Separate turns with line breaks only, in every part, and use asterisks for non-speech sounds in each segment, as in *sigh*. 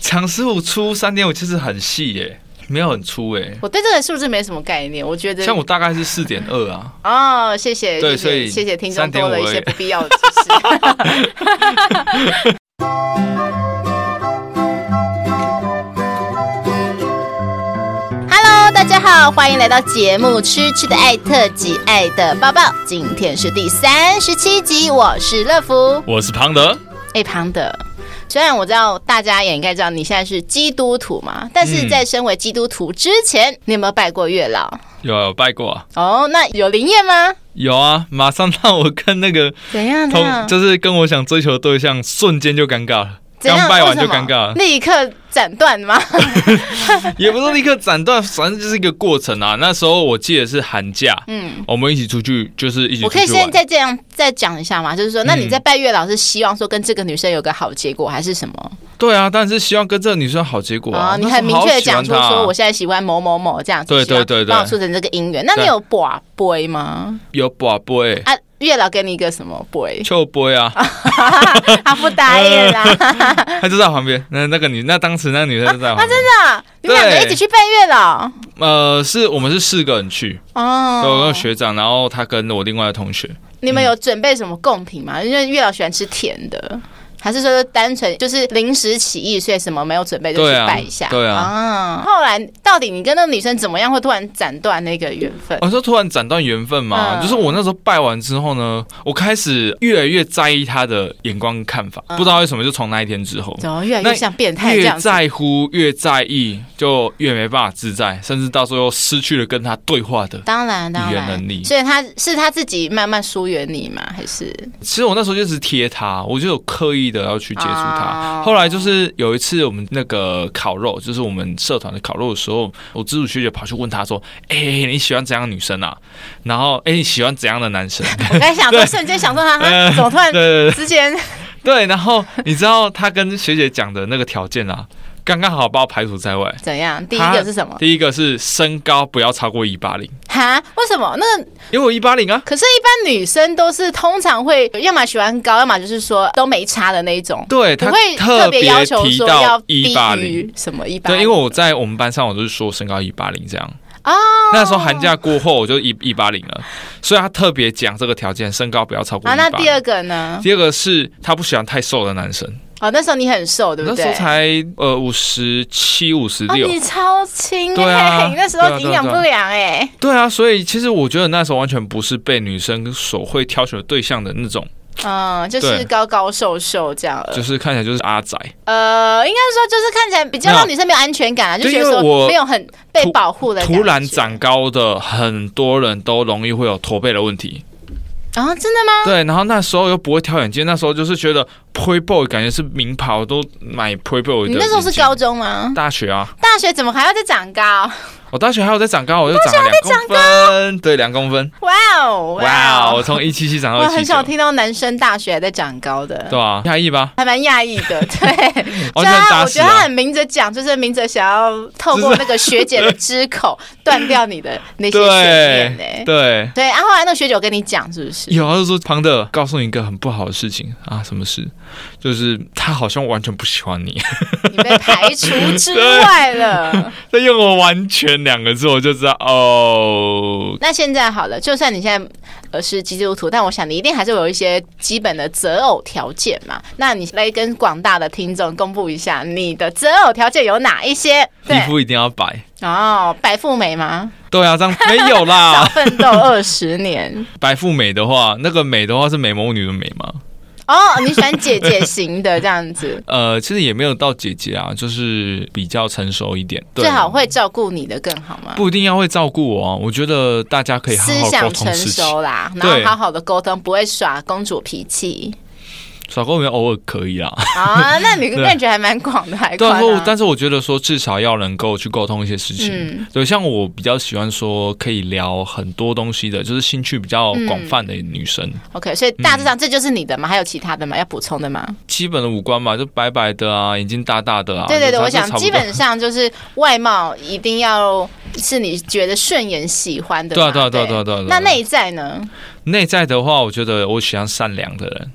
长十五粗三点五其实很细耶、没有很粗哎、
我对这个数字没什么概念，我觉得
像我大概是四点二啊。
哦，谢谢，
对
谢谢
所以
谢谢听众多了一
3.5而已
些不必要的知识。Hello，大家好，欢迎来到节目《吃吃的爱特辑爱的抱抱》，今天是第三十七集，我是乐福。
我是庞德，
哎，庞德，虽然我知道大家也应该知道你现在是基督徒嘛，但是
嗯
在身为基督徒之前，你有没有拜过月老？
有啊有拜过啊，
哦，那有灵验吗？
有啊，马上让我跟那个
怎样？怎
同
样？
就是跟我想追求的对象瞬间就尴尬了，
怎样
刚拜完就
为什么
尴尬了，
立刻斩断
*laughs*
吗？
也不是立刻斩断，反正就是一个过程啊。那时候我记得是寒假，
嗯，
我们一起出去，就是一起
我
出
可以
去
现
玩。
在这样再讲一下吗？
嗯
就是说，那你在拜月老是希望说跟这个女生有个好结果，还是什么？
对啊，但是希望跟这个女生好结果啊。
哦你很明确的讲出
那时候好喜欢她啊
说我现在喜欢某某某这样子，
对对
希望
对对
帮我促成这个姻缘。那你
对
有卜
*laughs*
杯吗？
有宝
*laughs*
贝，？
啊，月老给你一个什么
*laughs*
杯
秋波呀，
他不答
*laughs*
应啦，
他啊就在旁边。那那个女，那当时那个女生就在旁边。
啊真的，你们两个
对
一起去拜月老
呃，是我们是四个人去，对我
哦
跟。学长，然后他跟我另外的同学。
你们有
嗯
准备什么贡品吗？因为月老喜欢吃甜的，还是说单纯就是临时起意，所以什么没有准备就去
对啊
拜一下？
对啊
后来到底你跟那个女生怎么样，会突然斩断那个缘分？
我说突然斩断缘分嘛，
嗯
就是我那时候拜完之后呢，我开始越来越在意他的眼光跟看法，不知道为什么，就从那一天之后。
怎么越来越像嗯变态这
越
样子？
在乎，越在意，就越没办法自在，甚至到最后失去了跟他对话的。
当然，当
语言
然，
能力
所以他是他自己慢慢疏远你吗？还
*laughs*
是
其实我那时候就是贴他，我就有刻意的要去接触他。
哦
后来就是有一次我们那个烤肉，就是我们社团的烤肉的时候，我知主学姐跑去问他说：“哎、你喜欢怎样的女生啊？然后哎、你喜欢怎样的男生？”啊
我刚才想说，瞬间想说，哈哈，怎么突
对
*laughs* 然
对对
之间
对，然后你知道他跟学姐讲的那个条件啊，刚刚好把我排除在外。
怎
*laughs*
样？第一个是什么
他？第一个是身高不要超过一八零，
哈？为什么？那个
因为我一八零啊。
可是，一般女生都是通常会要么喜欢高，要么就是说都没差的那一种，
对
不
他
会
特
别
别
要求
提
说要
到
低
一八零，
于什么一八
对，因为我在我们班上我就是说身高一八零这样。
哦，
*laughs* 那时候寒假过后我就一一八零了，所以他特别讲这个条件，身高不要超过
啊，
一
那
八
第二个呢？
第二个是他不喜欢太瘦的男生，
哦，那时候你很瘦，对不
那时
对？
候才呃五十七、五十
哦，
六，
你超轻
对
哎、
啊
你那时
对
候
啊对啊
营养不良哎、
对啊，所以其实我觉得那时候完全不是被女生所会挑选的对象的那种，
嗯，就是
对
高高瘦瘦这样，
就是看起来就是阿仔。
呃，应该说就是看起来比较
没有
让女生没有安全感啊，就
对
觉得
因为
说
我
没有很被保护的，
突然，长高的很多人都容易会有驼背的问题，
啊、真的吗？
对。然后那时候又不会挑眼镜，那时候就是觉得 Playboy 感觉是名牌，我都买 Playboy 的。
你那时候是高？中吗？
大学啊，
大学怎么还要再长高？
我大学还有在长高，我就长了两公分，对，两公分。
哇哦，
哇，我从一七七长
我
到七
很少
九，
听到男生大学还在长高的，
对啊，压抑吧，
还蛮讶异的。对，
完
就
全
他
打
我
死
觉得他
啊
很！明着讲，就是明着想要透过那个学姐的之
*laughs*
口断掉你的欸那些悬念
对
呢。
对，
对，啊然后后来那个学姐有跟你讲是不
*laughs*
是？
有，他就说庞德，告诉你一个很不好的事情啊，什么事？就是他好像完全不喜欢你。 *laughs*
你被排除之外了。
他用了“完全”两个字，我就知道哦。
那现在好了，就算你现在呃是基督徒，但我想你一定还是有一些基本的择偶条件嘛。那你来跟广大的听众公布一下你的择偶条件有哪一些？
皮
对，
肤一定要白。
哦，白富
*laughs*
美吗？
对啊，这样没有
少
啦。 *laughs*
奋斗二十年。
白富美的话，那个美的话是美魔女的美吗？
哦，你喜欢姐姐型的这样子，
呃，其实也没有到姐姐啊，就是比较成熟一点。对
最好会照顾你的更好吗？
不一定要会照顾我、啊，我觉得大家可以好
思
好沟
想
通
成
事情。
熟啦，然
对
后好好的沟通，不会耍公主脾气
耍过没有？偶尔可以啦。 *laughs*
啊。那你
对
感觉还蛮广的，还
对啊，
宽
说
啊。
但是我觉得说至少要能够去沟通一些事情。
嗯
对，像我比较喜欢说可以聊很多东西的，就是兴趣比较广泛的女生。
OK，所以
嗯
大致上这就是你的嘛？还有其他的吗？要补充的吗？
基本的五官嘛，就白白的啊，眼睛大大的啊。
对对对，
就
我
差
想
不多
基本上就是外貌一定要是你觉得顺眼喜欢的
对
嘛。
啊对啊对啊
不
对啊对啊。对啊
那内在呢？ *laughs*
内在的话，我觉得我喜欢善良的人，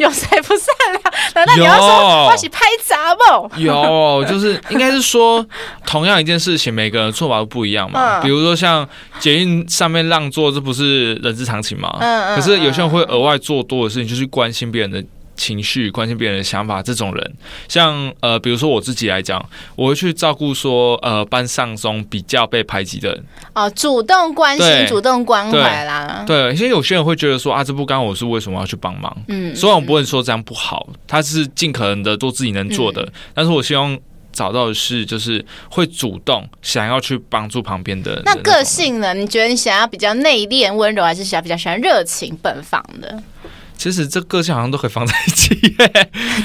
有谁不善良？难道你要说
有
我是拍杂梦？
有，就是应该是说，同样一件事情，每个人做法都不一样嘛。
嗯
比如说像捷运上面让座，这不是人之常情嘛？
嗯嗯
可是有些人会额外做多的事情，就是关心别人的。情绪关心别人的想法，这种人，像呃，比如说我自己来讲，我会去照顾说，呃，班上中比较被排挤的人，
哦，主动关心、
对
主动关怀啦。
对，因为有些人会觉得说，啊，这不干我事，为什么要去帮忙？
嗯，
虽然我不会说这样不好，他是尽可能的做自己能做
嗯
的，但是我希望找到的是，就是会主动想要去帮助旁边的人。
那个，性呢？你觉得你想要比较内敛、温柔，还是想要比较喜欢热情奔放的？ *laughs*
其实这个性好像都可以放在一起。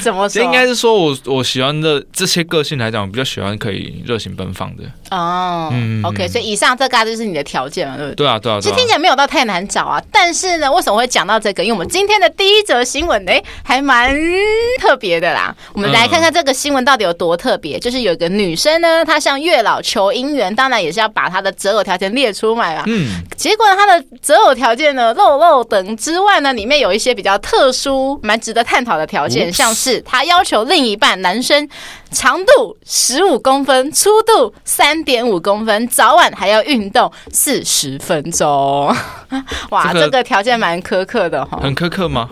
怎么说？
应该是说我我喜欢的这些个性来讲，我比较喜欢可以热情奔放的。
哦、
嗯
o k 所以以上这大概就是你的条件嘛，对不对？
对啊，对啊，
其
对
实
啊
听。起来没有到太难找啊，但是呢，为什么会讲到这个？因为我们今天的第一则新闻，哎、还蛮特别的啦。我们来看看这个新闻到底有多特别。就是有一个女生呢，她向月老求姻缘，当然也是要把她的择偶条件列出来啊嘛。
嗯，
结果呢，它的择偶条件呢，肉肉等之外呢，里面有一些比较特殊、蛮值得探讨的条件，
Oops
像是他要求另一半男生长度十五公分，粗度三点五公分，早晚还要运动四十分钟。 *laughs* 哇，
这
这
个
个条件蛮苛刻的哈。
很苛刻吗？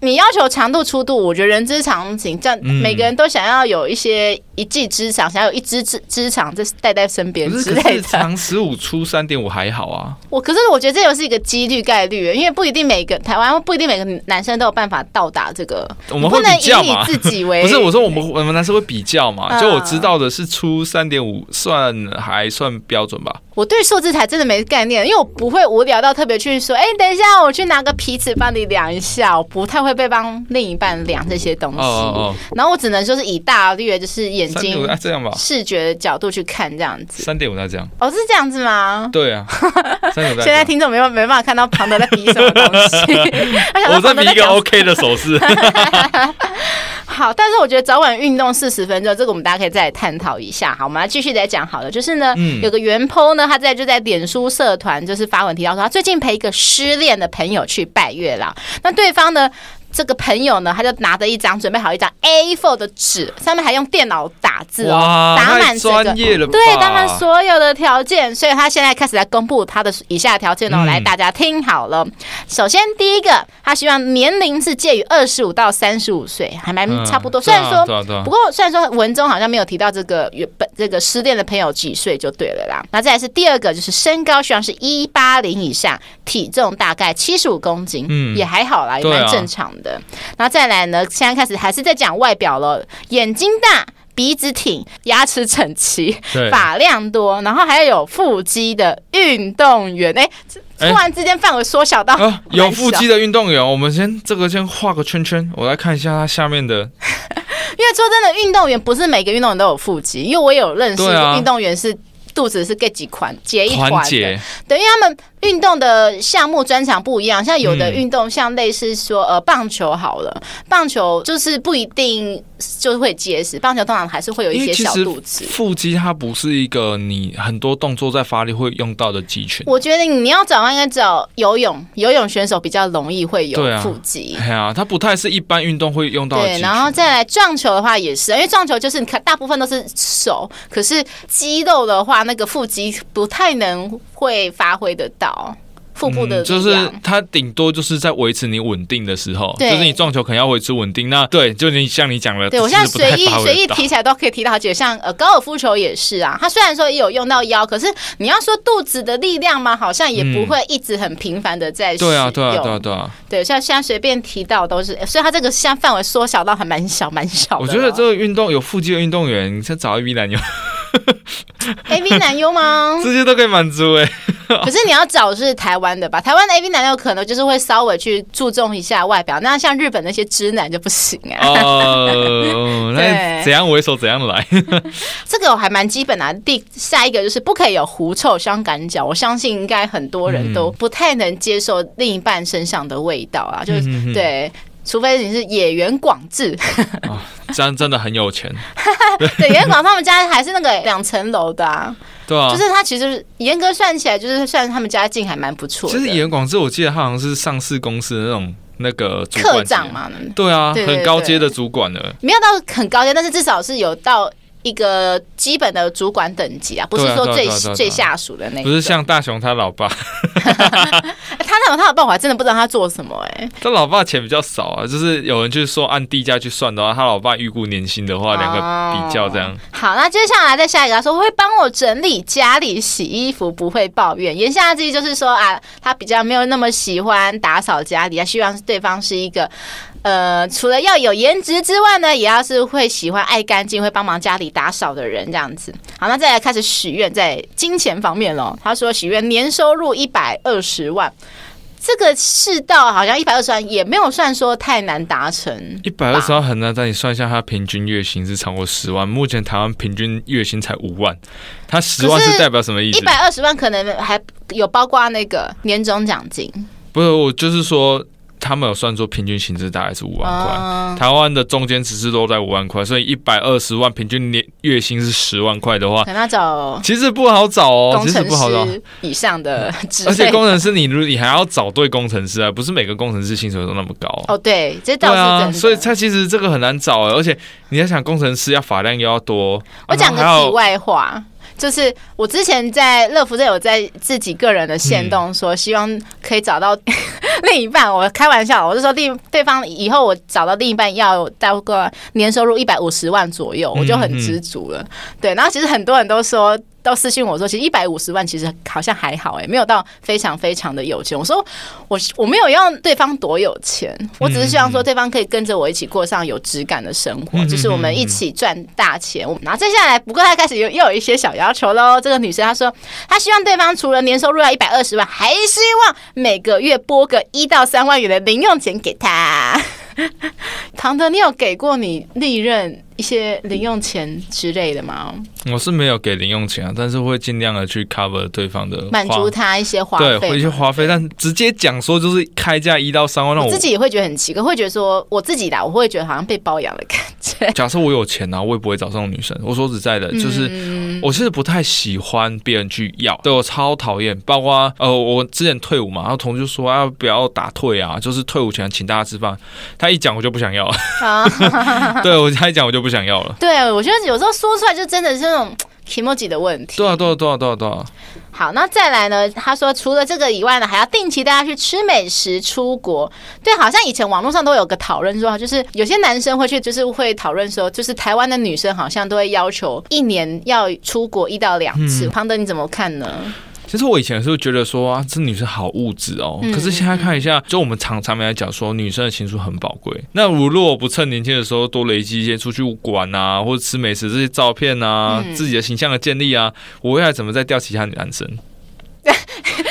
你要求长度、粗度，我觉得人之常情，这样
嗯
每个人都想要有一些一技之长，想要有一支之之长，这是带在身边
可
之
是可
类
是
的。
长十五出三点五还好啊。
我可是我觉得这又是一个几率概率，因为不一定每个台湾不一定每个男生都有办法到达这个，
我们
不
会
能
比
以
较
你
嘛？
自
*laughs*
己为
不是，我说我们我们男生会比较嘛？
嗯
就我知道的是出三点五算还算标准吧。
我对数字才真的没概念，因为我不会无聊到特别去说，哎、等一下我去拿个皮尺帮你量一下，我不太会被帮另一半量这些东西，
哦哦哦，
然后我只能就是以大略就是眼
三点五啊
睛
那这样吧，
视觉的角度去看这样子，
三点五那这样。
哦是这样子吗？
对
*laughs*
啊，三点五那这
现在
样。
听众没有没办法看到庞德在比什么东西，
*laughs*
我想说
我在
庞德
比
在
一个
讲
*laughs* OK 的手
*laughs*
势。
好，但是我觉得早晚运动四十分钟，这个我们大家可以再来探讨一下。好，我们来继续再讲好了。就是呢，
嗯
有个原 PO 呢，他在就在脸书社团就是发文提到说，他最近陪一个失恋的朋友去拜月老，那对方呢？这个朋友呢，他就拿着一张准备好一张 A4 的纸，上面还用电脑打字哦，
哇，
打满
太
这个
专业了吧？
对，当然所有的条件，所以他现在开始来公布他的以下条件哦，
嗯
来大家听好了。首先第一个，他希望年龄是介于二十五到三十五岁，还蛮
嗯
差不多。
对
虽
啊
然说
对啊对啊
不过虽然说文中好像没有提到这个原本这个失恋的朋友几岁就对了啦。那再来是第二个，就是身高希望是一八零以上，体重大概七十五公斤，
嗯
也还好啦，也
对啊啊
蛮正常的。然后再来呢，现在开始还是在讲外表了，眼睛大。鼻子挺，牙齿整齐，
对啊
发量多，然后还要有腹肌的运动员。哎、这
哎
突然之间范围缩哦小到、
啊，有腹肌的运动员，我们先这个先画个圈圈，我来看一下他下面的。
因为说真的，运动员不是每个运动员都有腹肌，因为我也有认识
对啊
运动员是。肚子是给几款结一
团
团的，
结，
对，因为他们运动的项目专长不一样，像有的
嗯
运动像类似说呃棒球好了，棒球就是不一定就是会结实，棒球通常还是会有一
因
些
为其
小
实
肚子。
腹肌它不是一个你很多动作在发力会用到的肌群。
我觉得你要找应该找游泳，游泳选手比较容易会有
对啊
腹肌。
哎呀，它不太是一般运动会用到的肌
对，
群。啊
然后再来撞球的话也是，因为撞球就是你看大部分都是手，可是肌肉的话，那个腹肌不太能会发挥得到腹部的
嗯、就
力
是
量。
它顶多就是在维持你稳定的时候，就
对
是你撞球可能要维持稳定。那对，就你像你讲的，
对我
只
现
是
在
不
随
太
意
发挥
随意
得到
提起来都可以提到几个，像呃高尔夫球也是啊，它虽然说也有用到腰，可是你要说肚子的力量嘛，好像也不
嗯
会一直很频繁的在使用。
对啊，对啊，对啊，对啊。
对，像现在随便提到都是，所以它这个像范围缩小到还蛮小蛮小的
我
了。
觉得这个运动有腹肌的运动员，你先找一 v 男友，
A 哎 V 男优吗？
*laughs* 这些都可以满足
*laughs*
哎、
可是你要找的是台湾的吧？台湾的 A V 男优可能就是会稍微去注重一下外表，那像日本那些直男就不行啊。
哦，那
对
怎样为首怎样来。 *laughs*
这个我还蛮基本的、啊。第下一个就是不可以有狐臭、香港脚，我相信应该很多
嗯
人都不太能接受另一半身上的味道啊，就是、
嗯嗯嗯
对。除非你是野原广
*laughs*
志，
这样真的很有钱，
对野原广他们家还是那个两层楼的啊，
对啊。
就是他其实严格算起来，就是算他们家境还蛮不错的。
其实严广志，我记得他好像是上市公司的那种那个主
课
管级
长，嘛，
对啊，
对对
很高阶
对
的主管了。
没有到很高阶，但是至少是有到一个基本的主管等级啊，不是
对啊
说
对啊
最
对啊对啊
最下属的那一种。
不是像大雄他老爸，
哎他那种他的办法，真的不知道他做什么哎、
他老爸钱比较少啊，就是有人就是说按地价去算的话，他老爸预估年薪的话，两个比较这样
哦。好，那接下来再下一个，他说会帮我整理家里，洗衣服不会抱怨。言下之意就是说啊，他比较没有那么喜欢打扫家里，他希望对方是一个。呃，除了要有颜值之外呢，也要是会喜欢爱干净、会帮忙家里打扫的人这样子。好，那再来开始许愿，在金钱方面喽。他说许愿年收入一百二十万，这个世道好像一百二十万也没有算说太难达成。
一百二十万很难，但你算一下，他平均月薪是超过十万。目前台湾平均月薪才五万，他十万
可是
是代表什么意思
一？百二十万可能还有包括那个年终奖金，
不是，我就是说，他们有算作平均薪资大概是五万块。
嗯
台湾的中间值是都在五万块，所以一百二十万平均年月薪是十万块的话
可，能要找
其实不好找哦，
工
其实
程
不好找。
师以上的 *laughs* 职
而且
位。
工程师你，如你还要找对工程师啊，不是每个工程师薪水都那么高、啊
哦，对，这
对
倒是真
啊，
的。
所以他其实这个很难找欸而且你要想工程师要法量又要多，
我讲个
然后还有
题外话，就是我之前在乐福这有在自己个人的
嗯
线动说，希望可以找到 *laughs* 另一半。我开玩笑，我是说另对方以后我找到另一半要大概年收入一百五十万左右，我就
嗯
很知足了。对，然后其实很多人都说。都私信我说，其实一百五十万其实好像还好哎、没有到非常非常的有钱。我说我我没有要对方多有钱，我只是希望说对方可以跟着我一起过上有质感的生活，
嗯
就是我们一起赚大钱。我们然后接下来，不过她开始又又有一些小要求喽。这个女生她说，她希望对方除了年收入要一百二十万，还希望每个月拨个一到三万元的零用钱给她。 *laughs* 唐德，你有给过你历任一些零用钱之类的吗？
我是没有给零用钱啊，但是会尽量的去 cover 对方的
满
花
足他一些花
对，会一
费
些
吗。
花费，但直接讲说就是开价一到三万，那
我
我
自己也会觉得很奇怪，会觉得说我自己啦，我会觉得好像被包养的感觉。 *laughs*
假设我有钱啊，我也不会找这种女生。我说实在的，就是。
嗯
我是不太喜欢别人去要，对我超讨厌。包括呃，我之前退伍嘛，然后同事就说啊，不要打退啊，就是退伍前请大家吃饭。他一讲我就不想要
*laughs*
了，
啊，
对我他一讲我就不想要了。
对，我觉得有时候说出来就真的是那种 emoji 的问题。
对啊，对啊，对啊，对啊，对啊。
好，那再来呢？他说除了这个以外呢，还要定期带他去吃美食、出国。对，好像以前网络上都有个讨论说，就是有些男生会去，就是会讨论说，就是台湾的女生好像都会要求一年要出国一到两
嗯
次。庞德你怎么看呢？
其实我以前是觉得说啊，这女生好物质哦，
嗯
可是现在看一下，就我们常常面来讲说，女生的情书很宝贵。那我如果不趁年轻的时候多累积一些出去玩啊，或者吃美食这些照片啊，
嗯
自己的形象的建立啊，我未来怎么再钓其他男
*laughs*
生？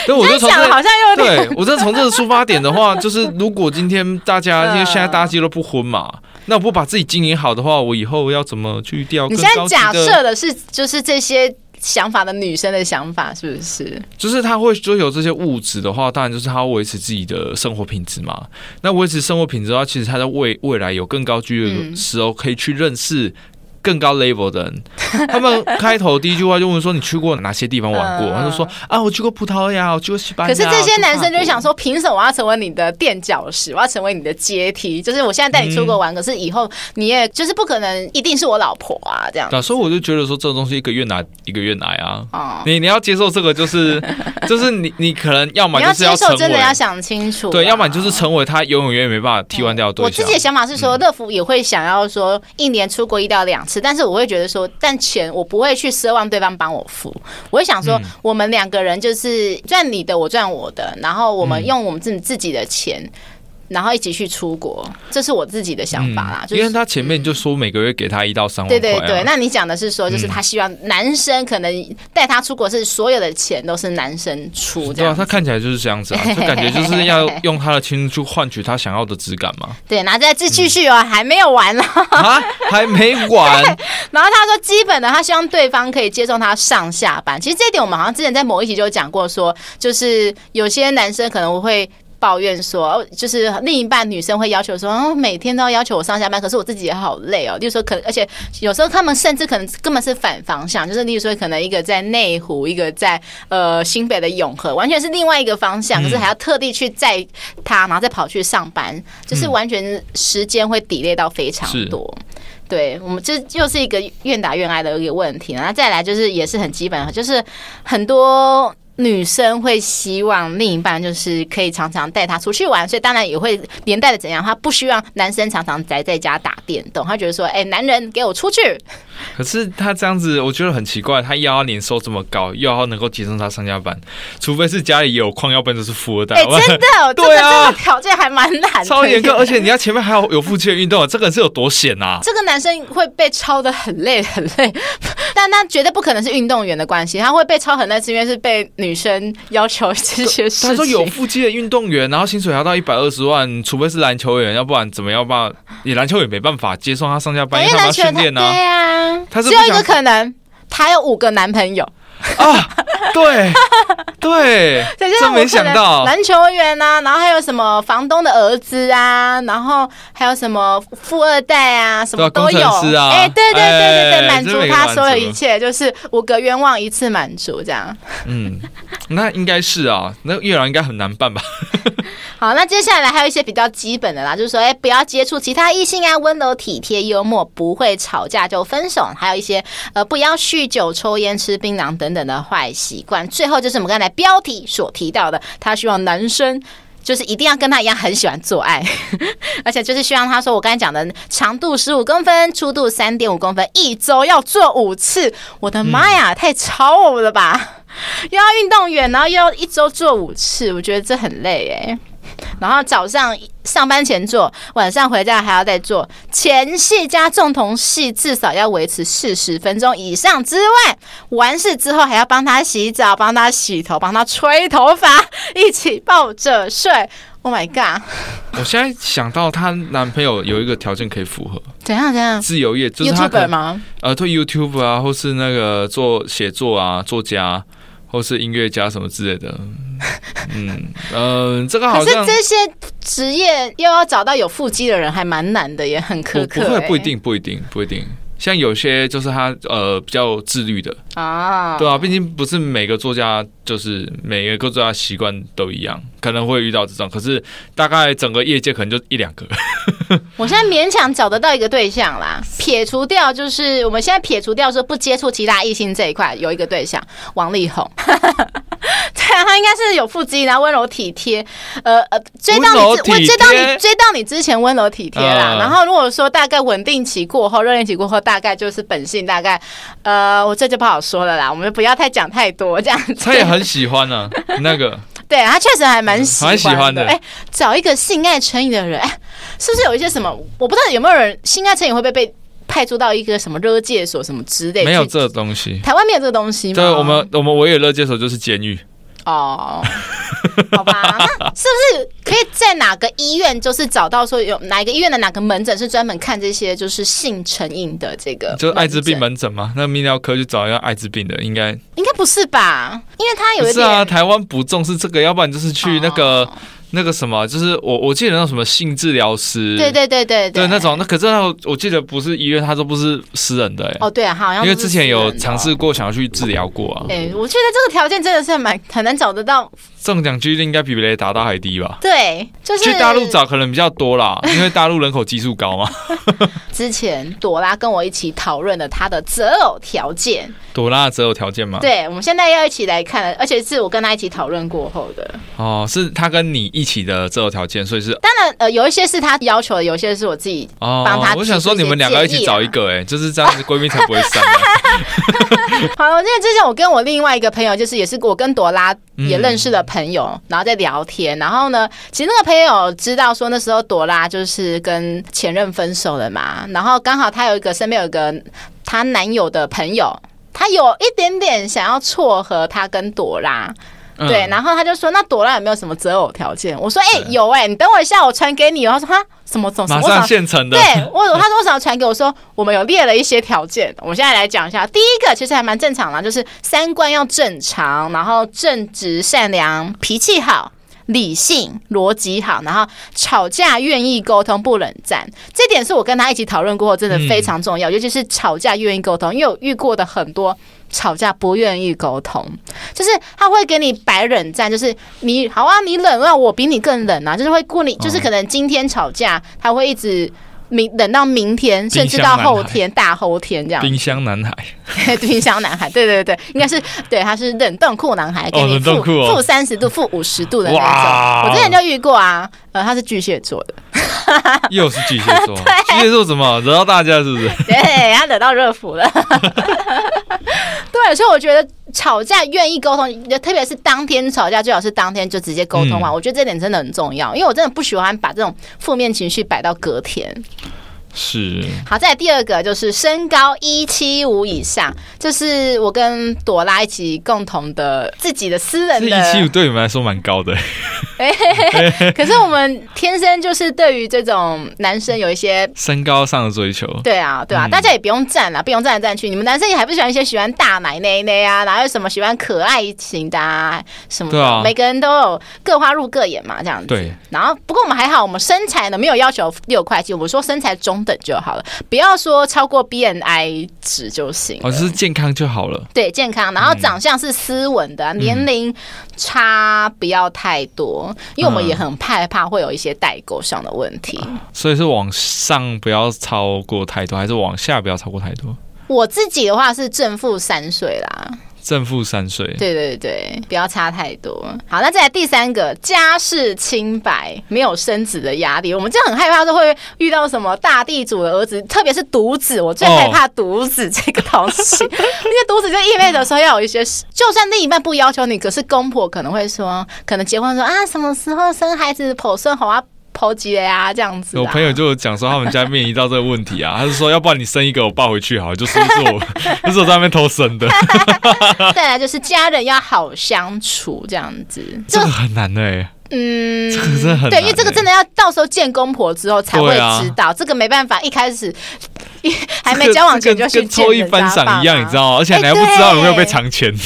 对，我就从
讲
这
得好像又有点
对我这从这个出发点的话，就是如果今天大
*laughs*
家因
啊
为现在大家其实都不婚嘛，那我不把自己经营好的话，我以后要怎么去钓
你
更
现在
高级
假
的
设的是，就是这些想法的女生的想法，是不是？
就是他会追求这些物质的话，当然就是他要维持自己的生活品质嘛。那维持生活品质的话，其实他在未未来有更高居的
嗯
时候，可以去认识更高 level 的
*laughs*
人。他们开头第一句话就问说：“你去过哪些地方玩过？”
嗯
他就说：“啊，我去过葡萄牙，我去过西班牙。”
可是这些男生就会
是
想说，凭什么我要成为你的垫脚石？我要成为你的阶梯？就是我现在带你出国玩，可是以后你也就是不可能一定是我老婆啊，这样。
对啊，所以我就觉得说，这种东西一个愿拿一个愿挨啊。
哦，
你你要接受这个，就是
*laughs*
就是你你可能要么
你
就
要
是
接
成
受，
为
真的要想清楚啊。
对，要么你就是成为他永永远远没办法替换掉的对
我
象。嗯
自己的想法是说，乐福也会想要说一年出国一到两次，但是我会觉得说，但钱我不会去奢望对方帮我付，我会想说，
嗯
我们两个人就是赚你的，我赚我的，然后我
嗯
们用我们自己自己的钱。然后一起去出国，这是我自己的想法啦。啊就
因
是
为他前面就说每个月给他一到三万块、
对
啊，
对对，那你讲的是说，就是他希望男生可能带他出国是所有的钱都是男生出这
对
样
啊，他看起来就是这样子
*laughs*
啊，就感觉就是要用他的青春去换取他想要的质感
*laughs*
嘛。
对，然后再继继续哦，还没有完了。
啊，还没完，
然后他说，基本的他希望对方可以接受他上下班。其实这一点我们好像之前在某一集就有讲过说就是有些男生可能会。抱怨说，哦就是另一半女生会要求说，哦，每天都要要求我上下班，可是我自己也好累哦。例如说，可能而且有时候他们甚至可能根本是反方向，就是例如说，可能一个在内湖，一个在呃新北的永和，完全是另外一个方向，可是还要特地去载他，然后再跑去上班，就是完全时间会抵累到非常
是
多。对我们这又是一个愿打愿挨的一个问题，然后再来就是也是很基本的，就是很多。女生会希望另一半就是可以常常带她出去玩，所以当然也会连带的怎样，她不希望男生常常宅在家打电动，她觉得说，哎、男人给我出去，
*laughs* 可是他这样子，我觉得很奇怪。他又要年收这么高，又要能够节省他上下班，除非是家里有矿，要不然就是富二代。
哎、
*laughs*
真的，这个
对啊
这个条件还蛮难的，
超严格，而且你要前面还有有腹肌的运动，这个人是有多险啊！
这个男生会被超的很累很累， *laughs* 但他绝对不可能是运动员的关系，他会被超很累是因为是被女生要求这些事情。
他说有腹肌的运动员，然后薪水还要到一百二十万，除非是篮球员，要不然怎么样吧？你篮球也没办法接送他上下班，
哦因
因为
为
他们要
篮
训
球他
练啊
对啊，
他是
只有
不
一
想
个可能，他有五个男朋友。
啊！
*laughs*
对对，
对，就是
真没想
我可能
到，
篮球员啊，然后还有什么房东的儿子啊，然后还有什么富二代啊，什么
对啊
都有。
工程师啊
哎、对对对对对，
哎
满
真
足
没
他
满
所有
足
一切，就是五个愿望一次满足这样。
嗯，那应该是啊，那月老应该很难办
*laughs*
吧？
好，那接下来还有一些比较基本的啦，就是说，哎、不要接触其他异性啊，温柔体贴、幽默，不会吵架就分手，还有一些呃，不要酗酒、抽烟、吃槟榔等等的坏习惯。最后就是我们刚才标题所提到的，他希望男生。 *laughs* 就是一定要跟他一样很喜欢做爱，而且就是希望他说我刚才讲的长度十五公分，粗度三点五公分，一周要做五次。我的妈呀，太超我了吧！又要运动员，然后又要一周做五次，我觉得这很累哎、然后早上上班前做，晚上回家还要再做，前戏加重头戏至少要维持四十分钟以上之外，完事之后还要帮他洗澡、帮他洗头、帮他吹头发，一起抱着睡。Oh my god！
我现在想到她男朋友有一个条件可以符合，
怎样怎样
自由业，就是他可
嗯？YouTuber
能
吗？
呃，对 YouTube 啊，或是那个做写作啊、作家，或是音乐家什么之类
*laughs*
的。嗯嗯、呃，这个
可
好
是
像
这些职业又要找到有腹肌的人还蛮难的，也很
不
苛
不
刻、
会
欸
不一定不一定不一定。像有些就是他呃比较自律的，
啊。
对啊，毕竟不是每个作家就是每个作家习惯都一样，可能会遇到这种。可是大概整个业界可能就一两
*laughs*
个。
我现在勉强找得到一个对象啦，撇除掉就是我们现在撇除掉说不接触其他异性这一块，有一个对象王力宏。 *laughs* 对啊，他应该是有腹肌，然后温柔体贴，呃呃，追到
温
你
柔
之
体
我
贴
追到你追到你之前温柔体贴啦。
嗯
然后如果说大概稳定期过后，热恋期过后，大概就是本性，大概呃，我这就不好说了啦，我们不要太讲太多这样子。
他也很喜欢呢、啊， *laughs* 那个
对他确实还蛮喜欢
蛮喜欢的
哎、找一个性爱成瘾的人，哎、是不是有一些什么？我不知道有没有人性爱成瘾会被被派驻到一个什么热戒所什么之类？
没有
去，
这东西。
台湾没有这个东西吗？
对，我们我们唯一的乐界手就是监狱。 *laughs*
哦。好吧，那是不是可以在哪个医院，就是找到说有哪一个医院的哪个门诊是专门看这些就是性成瘾的这个？
就是艾滋病？门诊嘛，那泌尿科去找一个艾滋病的，应该
应该不是吧？因为他有
不
一
是
点
啊。台湾不重视这个，要不然就是去那个、
哦
那个什么，就是我我记得那种什么性治疗师，
对对对对
对那种，那可是那我记得不是医院，他都不是私人的、欸，
哦，对啊，好像
因为
不是
之前
私
有
人的
尝试过想要去治疗过啊。
哎、我觉得这个条件真的是蛮很难找得到
中奖几率应该比雷达到还低吧？
对，就是
去大陆。找可能比较多啦，因为大陆人口基数高嘛。 *laughs*
之前朵拉跟我一起讨论了她的择偶条件，
朵拉择偶条件嘛，
对，我们现在要一起来看了，而且是我跟她一起讨论过后的。
哦，是他跟你一起的择偶条件，所以是
当然，呃，有一些是她要求的，有一些是我自己。
哦
帮他，
我想说
提出一些啊
你们两个一起找一个、欸，哎，就是这样子，闺蜜才不会散啊。
*laughs* 好了，因为之前我跟我另外一个朋友，就是也是我跟朵拉
嗯
也认识的朋友，然后在聊天，然后呢，其实那个朋友知道说那时候朵拉就是跟前任分手了嘛，然后刚好她有一个身边有一个她男友的朋友。她有一点点想要撮合她跟朵拉，
嗯
对，然后他就说：“那朵拉有没有什么择偶条件？”我说：“哎、有哎、你等我一下，我传给你。”然后他说：“哈，什么总什
马
么什
上
么？”
现成的
对，我，他说为什么传给我说我们有列了一些条件，我们现在来讲一下。第一个其实还蛮正常的，就是三观要正常，然后正直、善良、脾气好、理性、逻辑好，然后吵架愿意沟通，不冷战。这点是我跟他一起讨论过后，真的非常重要，尤其是吵架愿意沟通，因为我遇过的很多。吵架不愿意沟通，就是他会给你摆冷战，就是你好啊，你冷啊，我比你更冷啊，就是会顾
哦
你，就是可能今天吵架，他会一直明冷到明天，甚至到后天、大后天这样。
冰箱男孩，
*laughs* 冰箱男孩，对对对，应该是对，他是冷冻库男孩，给
哦
你
冷冻
负
库哦
负三十度、负五十度的那
哇
种。我之前就遇过啊，呃，他是巨蟹座的，
又是巨蟹座，巨蟹座怎么惹到大家是不是？
*laughs* 对，他惹到热腐了。 *laughs* 对，所以我觉得吵架愿意沟通，特别是当天吵架，最好是当天就直接沟通
嗯
完。我觉得这点真的很重要，因为我真的不喜欢把这种负面情绪摆到隔天。
是，
好，再来第二个就是身高一七五以上，这是我跟朵拉一起共同的自己的
这
私人的。
一七五对你们来说蛮高的，
可是我们天生就是对于这种男生有一些
身高上的追求。
对啊，对啊，
嗯
大家也不用站了，不用站来站去。你们男生也还不喜欢一些喜欢大奶奶的呀、然后有什么喜欢可爱型的啊，什么的，
对啊
每个人都有各花入各眼嘛，这样子。
对，
然后不过我们还好，我们身材呢没有要求六块肌，我们说身材中等就好了，不要说超过 BMI 值就行了。
哦，就是嗯健康就好了。
对健康，然后长相是斯文的，年龄差不要太多，因为我们也
嗯
很害怕会有一些代沟上的问题。
所以是往上不要超过太多，还是往下不要超过太多？
我自己的话是正负三岁啦，
正负三岁，
对对对，不要差太多。好，那再来第三个，家世清白，没有生子的压力。我们真的很害怕说会遇到什么大地主的儿子，特别是独子，我最害怕独子这个东
*laughs*
西。那个独子就意味着说要有一些事，就算另一半不要求你，可是公婆可能会说，可能结婚说啊，什么时候生孩子，婆孙好啊。婆媳的呀，这样子、啊。
我朋友就有讲说他们家面临到这个问题啊， *laughs* 他是说要不然你生一个我抱回去好了，就说是我， *laughs* 就是我在那边偷生
*laughs*
的，
再来就是家人要好相处，这样子。
这个很难的、欸，
嗯，
这个真的很难欸啊
对，因为这个真的要到时候见公婆之后才会知道，这个没办法，一开始一还没交往前就
这
要
个
去
跟
见
抽一
人家
番赏一样，
爸妈
你知？道吗？而且
哎
你还不知道有没有被
对
藏钱，
*laughs*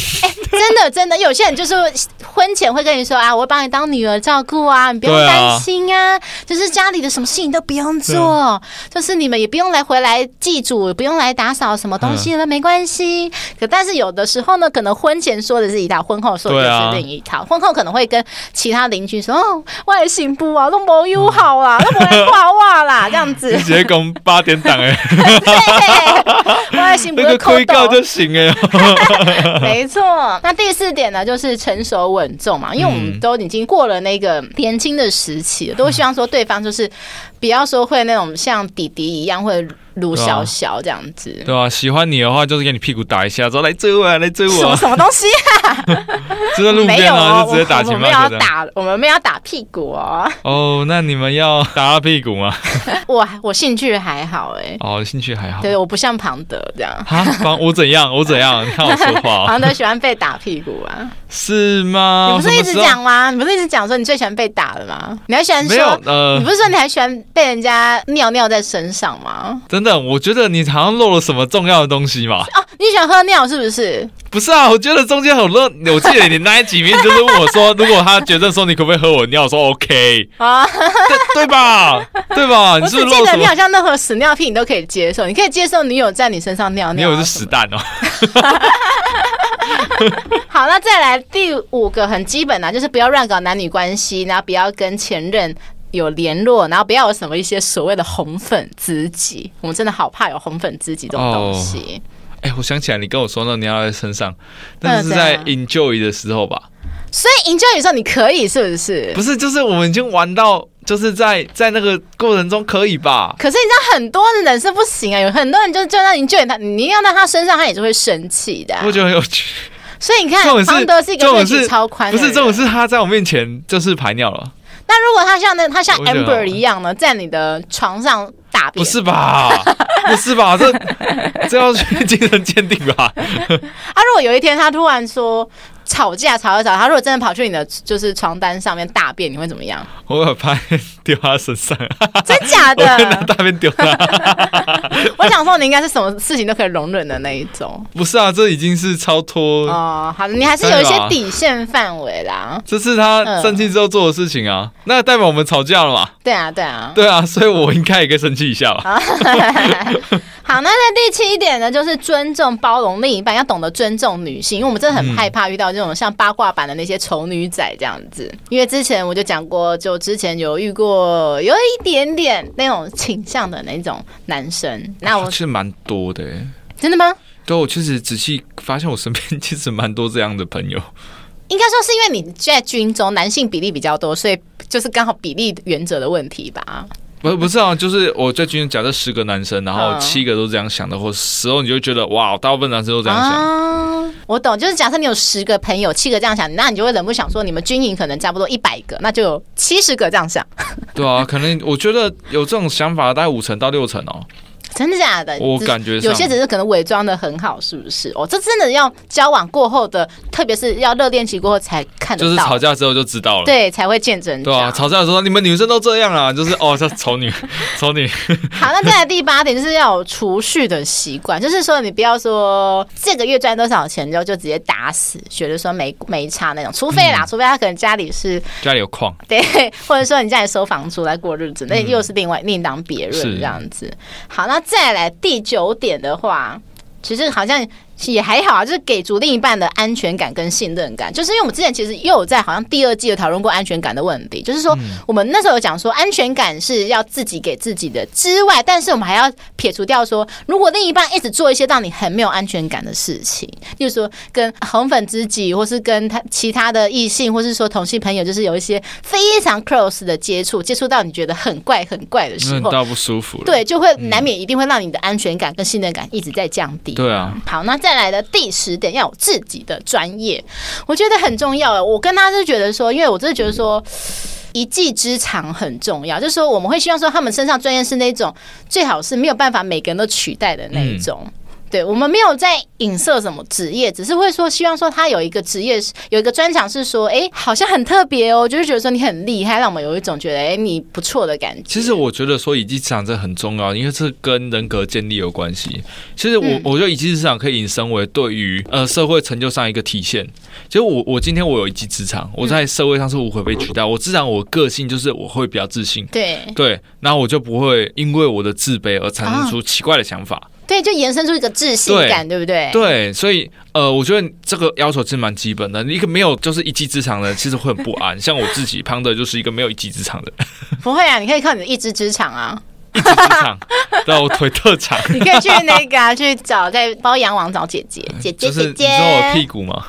真的真的，有些人就是婚前会跟你说啊，我会帮你当女儿照顾啊，你不用
对啊
担心啊，就是家里的什么事情都不用
啊
做，就是你们也不用来回来祭祖，不用来打扫什么东西了，没关系。可但是有的时候呢，可能婚前说的是一套，婚后说
对
的
啊
是另一套，婚后可能会跟其他邻居说哦，外行不啊，都没有好啦，都没来画画啦，这样
*laughs*
子
你，直接供八点档
*laughs*
哎、
对，外行不
那
会
个
扣
亏告
斗。
就行哎、 *laughs*
没错。那第四点呢，就是成熟稳重嘛，因为我们
嗯
都已经过了那个年轻的时期了，都会希望说对方就是不要说会那种像弟弟一样会鲁小小这样子。
*laughs* 对吧、喜欢你的话就是给你屁股打一下，说来追我、啊，来追
什
我、
么 *laughs*
啊，
什么东西？
就 *laughs* 在路
没
边
有
啊，
哦，
就
我
直接打
们我
情
们
骂
要
俏这样。
打，我们没有要打屁股哦。 *laughs*
哦，那你们要打他屁股吗？
我我兴趣还好哎，
哦，兴趣还好。
对，我不像庞德这样，
*laughs* 啊，帮我怎样？我怎样？你看我说
*laughs*
话哦
庞德喜欢被打屁股
*laughs*
啊。
是吗？
你不是一直
啊什么时候？
讲吗？你不是一直讲说你最喜欢被打的吗？你还喜欢
没有
说，
呃
你不是说你还喜欢被人家尿尿在身上吗？
等等，我觉得你好像漏了什么重要的东西嘛？
哦，你喜欢喝尿是不是？
不是啊，我觉得中间有漏。我记得你那一集面就是问我说，如果他觉得说你可不可以喝我尿，我说 OK， *laughs*
啊，
对对吧？对吧？你
我
是
只
不是
记
漏
得
什
你好
么？
像任何屎尿屁你都可以接受，你可以接受女友在你身上尿
你
尿
有
啊
是
什
屎
么。
蛋哦， *laughs*
好，那再来第五个很基本啊，就是不要乱搞男女关系，然后不要跟前任。有联络，然后不要有什么一些所谓的红粉知己，我们真的好怕有红粉知己这种东西。
哎、我想起来，你跟我说那你要在身上，
嗯
那是在
对
enjoy 的时候吧？
所以 enjoy 的时候你可以是不是？
不是，就是我们已经玩到，就是在在那个过程中可以吧？
可是你知道很多人是不行啊，有很多人就就让 enjoy 他，你要到他身上，他也是会生气的啊、
我觉得很有趣。
所以你
这种
看，
是
庞德是一个
这种
乐体
是
超宽的
不
人，
是这种是他在我面前就是排尿了，
那如果他像那他像
我觉得啊
Amber 一样呢，在你的床上大
不
便，
是吧？ *laughs* 不是吧？这这要去精神鉴定吧？ *laughs*
啊？如果有一天他突然说，吵架吵一吵，他如果真的跑去你的就是床单上面大便，你会怎么样？
我有怕丢他身上，
啊真假
*laughs* 我会拿
的？
大便丢他。 *laughs*
我想说你应该是什么事情都可以容忍的那一种。
不是啊，这已经是超脱，
哦，好的，你还是有一
啊
些底线范围啦。
这是
嗯
他生气之后做的事情啊。那代表我们吵架了嘛？
对啊，对啊。
对啊，所以我应该也可以生气一下吧。
好，那在第七点呢，就是尊重包容另一半，要懂得尊重女性，因为我们真的很害怕遇到这种像八卦版的那些丑女仔这样子。因为之前我就讲过，就之前有遇过有一点点那种倾向的那种男生，那我
其实蛮多的欸。
真的吗？
对，我其实仔细发现，我身边 *laughs* 其实蛮多这样的朋友。
应该说是因为你在军中男性比例比较多，所以就是刚好比例原则的问题吧。
不是不是啊，就是我在军中假设十个男生，然后
嗯
七个都这样想的，或时候你就觉得哇，大部分男生都这样想。
啊，我懂，就是假设你有十个朋友，七个这样想，那你就会忍不住想说，你们军营可能差不多一百个，那就有七十个这样想，
对啊，可能我觉得有这种想法，大概五成到六成哦。
*laughs* 真的假的？
我
只是
感觉上
有些只是可能伪装的很好，是不是？哦，这真的要交往过后的，特别是要热恋期过后才看
就是
得到，
吵架之后就知道了。
对，才会见真
对啊，
章。
吵架的时候你们女生都这样啊，就是哦，这丑女，丑女。
*laughs* 好，那再来第八点就是要有储蓄的习
*laughs*
惯，就是说你不要说这个月赚多少钱之后就直接打死，觉得说没没差那种，除非
嗯
啦，除非他可能家里是 *laughs*
家里有矿，
对，或者说你家里收房租来过日子，那又是另外、另当别论
嗯是
这样子。好，那再来第九点的话，其实好像也还好啊，就是给足另一半的安全感跟信任感。就是因为我们之前其实也有在好像第二季有讨论过安全感的问题，就是说我们那时候有讲说安全感是要自己给自己的之外，但是我们还要撇除掉说，如果另一半一直做一些让你很没有安全感的事情，例如说跟红粉知己，或是跟他其他的异性，或是说同性朋友，就是有一些非常 close 的接触，接触到你觉得很怪很怪的时
那
候
你，到不舒服了。
对，就会难免一定会让你的安全感跟信任感一直在降低。
对啊，
好，那再来的第十点，要有自己的专业，我觉得很重要。我跟他是觉得说，因为我真的觉得说。一技之长很重要，就是说我们会希望说他们身上专业是那种最好是没有办法每个人都取代的那一种。对我们没有在影射什么职业，只是会说希望说他有一个职业是有一个专长是说，哎，好像很特别哦，就是觉得说你很厉害，让我们有一种觉得哎你不错的感觉。
其实我觉得说以技之长这很重要，因为这跟人格建立有关系。其实我、我觉得以技之长可以引申为对于呃社会成就上一个体现。其实我我今天我有一技之长，我在呃社会上是无可被取代。我自然我个性就是我会比较自信，
对
对，然后我就不会因为我的自卑而产生出奇怪的想法。
对，就延伸出一个自信感，对不对？
对，所以呃，我觉得这个要求其实蛮基本的。一个没有就是一技之长的人，其实会很不安。像我自己，胖的就是一个没有一技之长的人，
不会啊，你可以靠你的一技之长啊，
一技之长，对，我腿特长。
你可以去那个、啊、去找在包养网找姐姐，姐姐
嗯就是
姐
你知道我屁 *laughs*
*laughs* 姐，
股吗？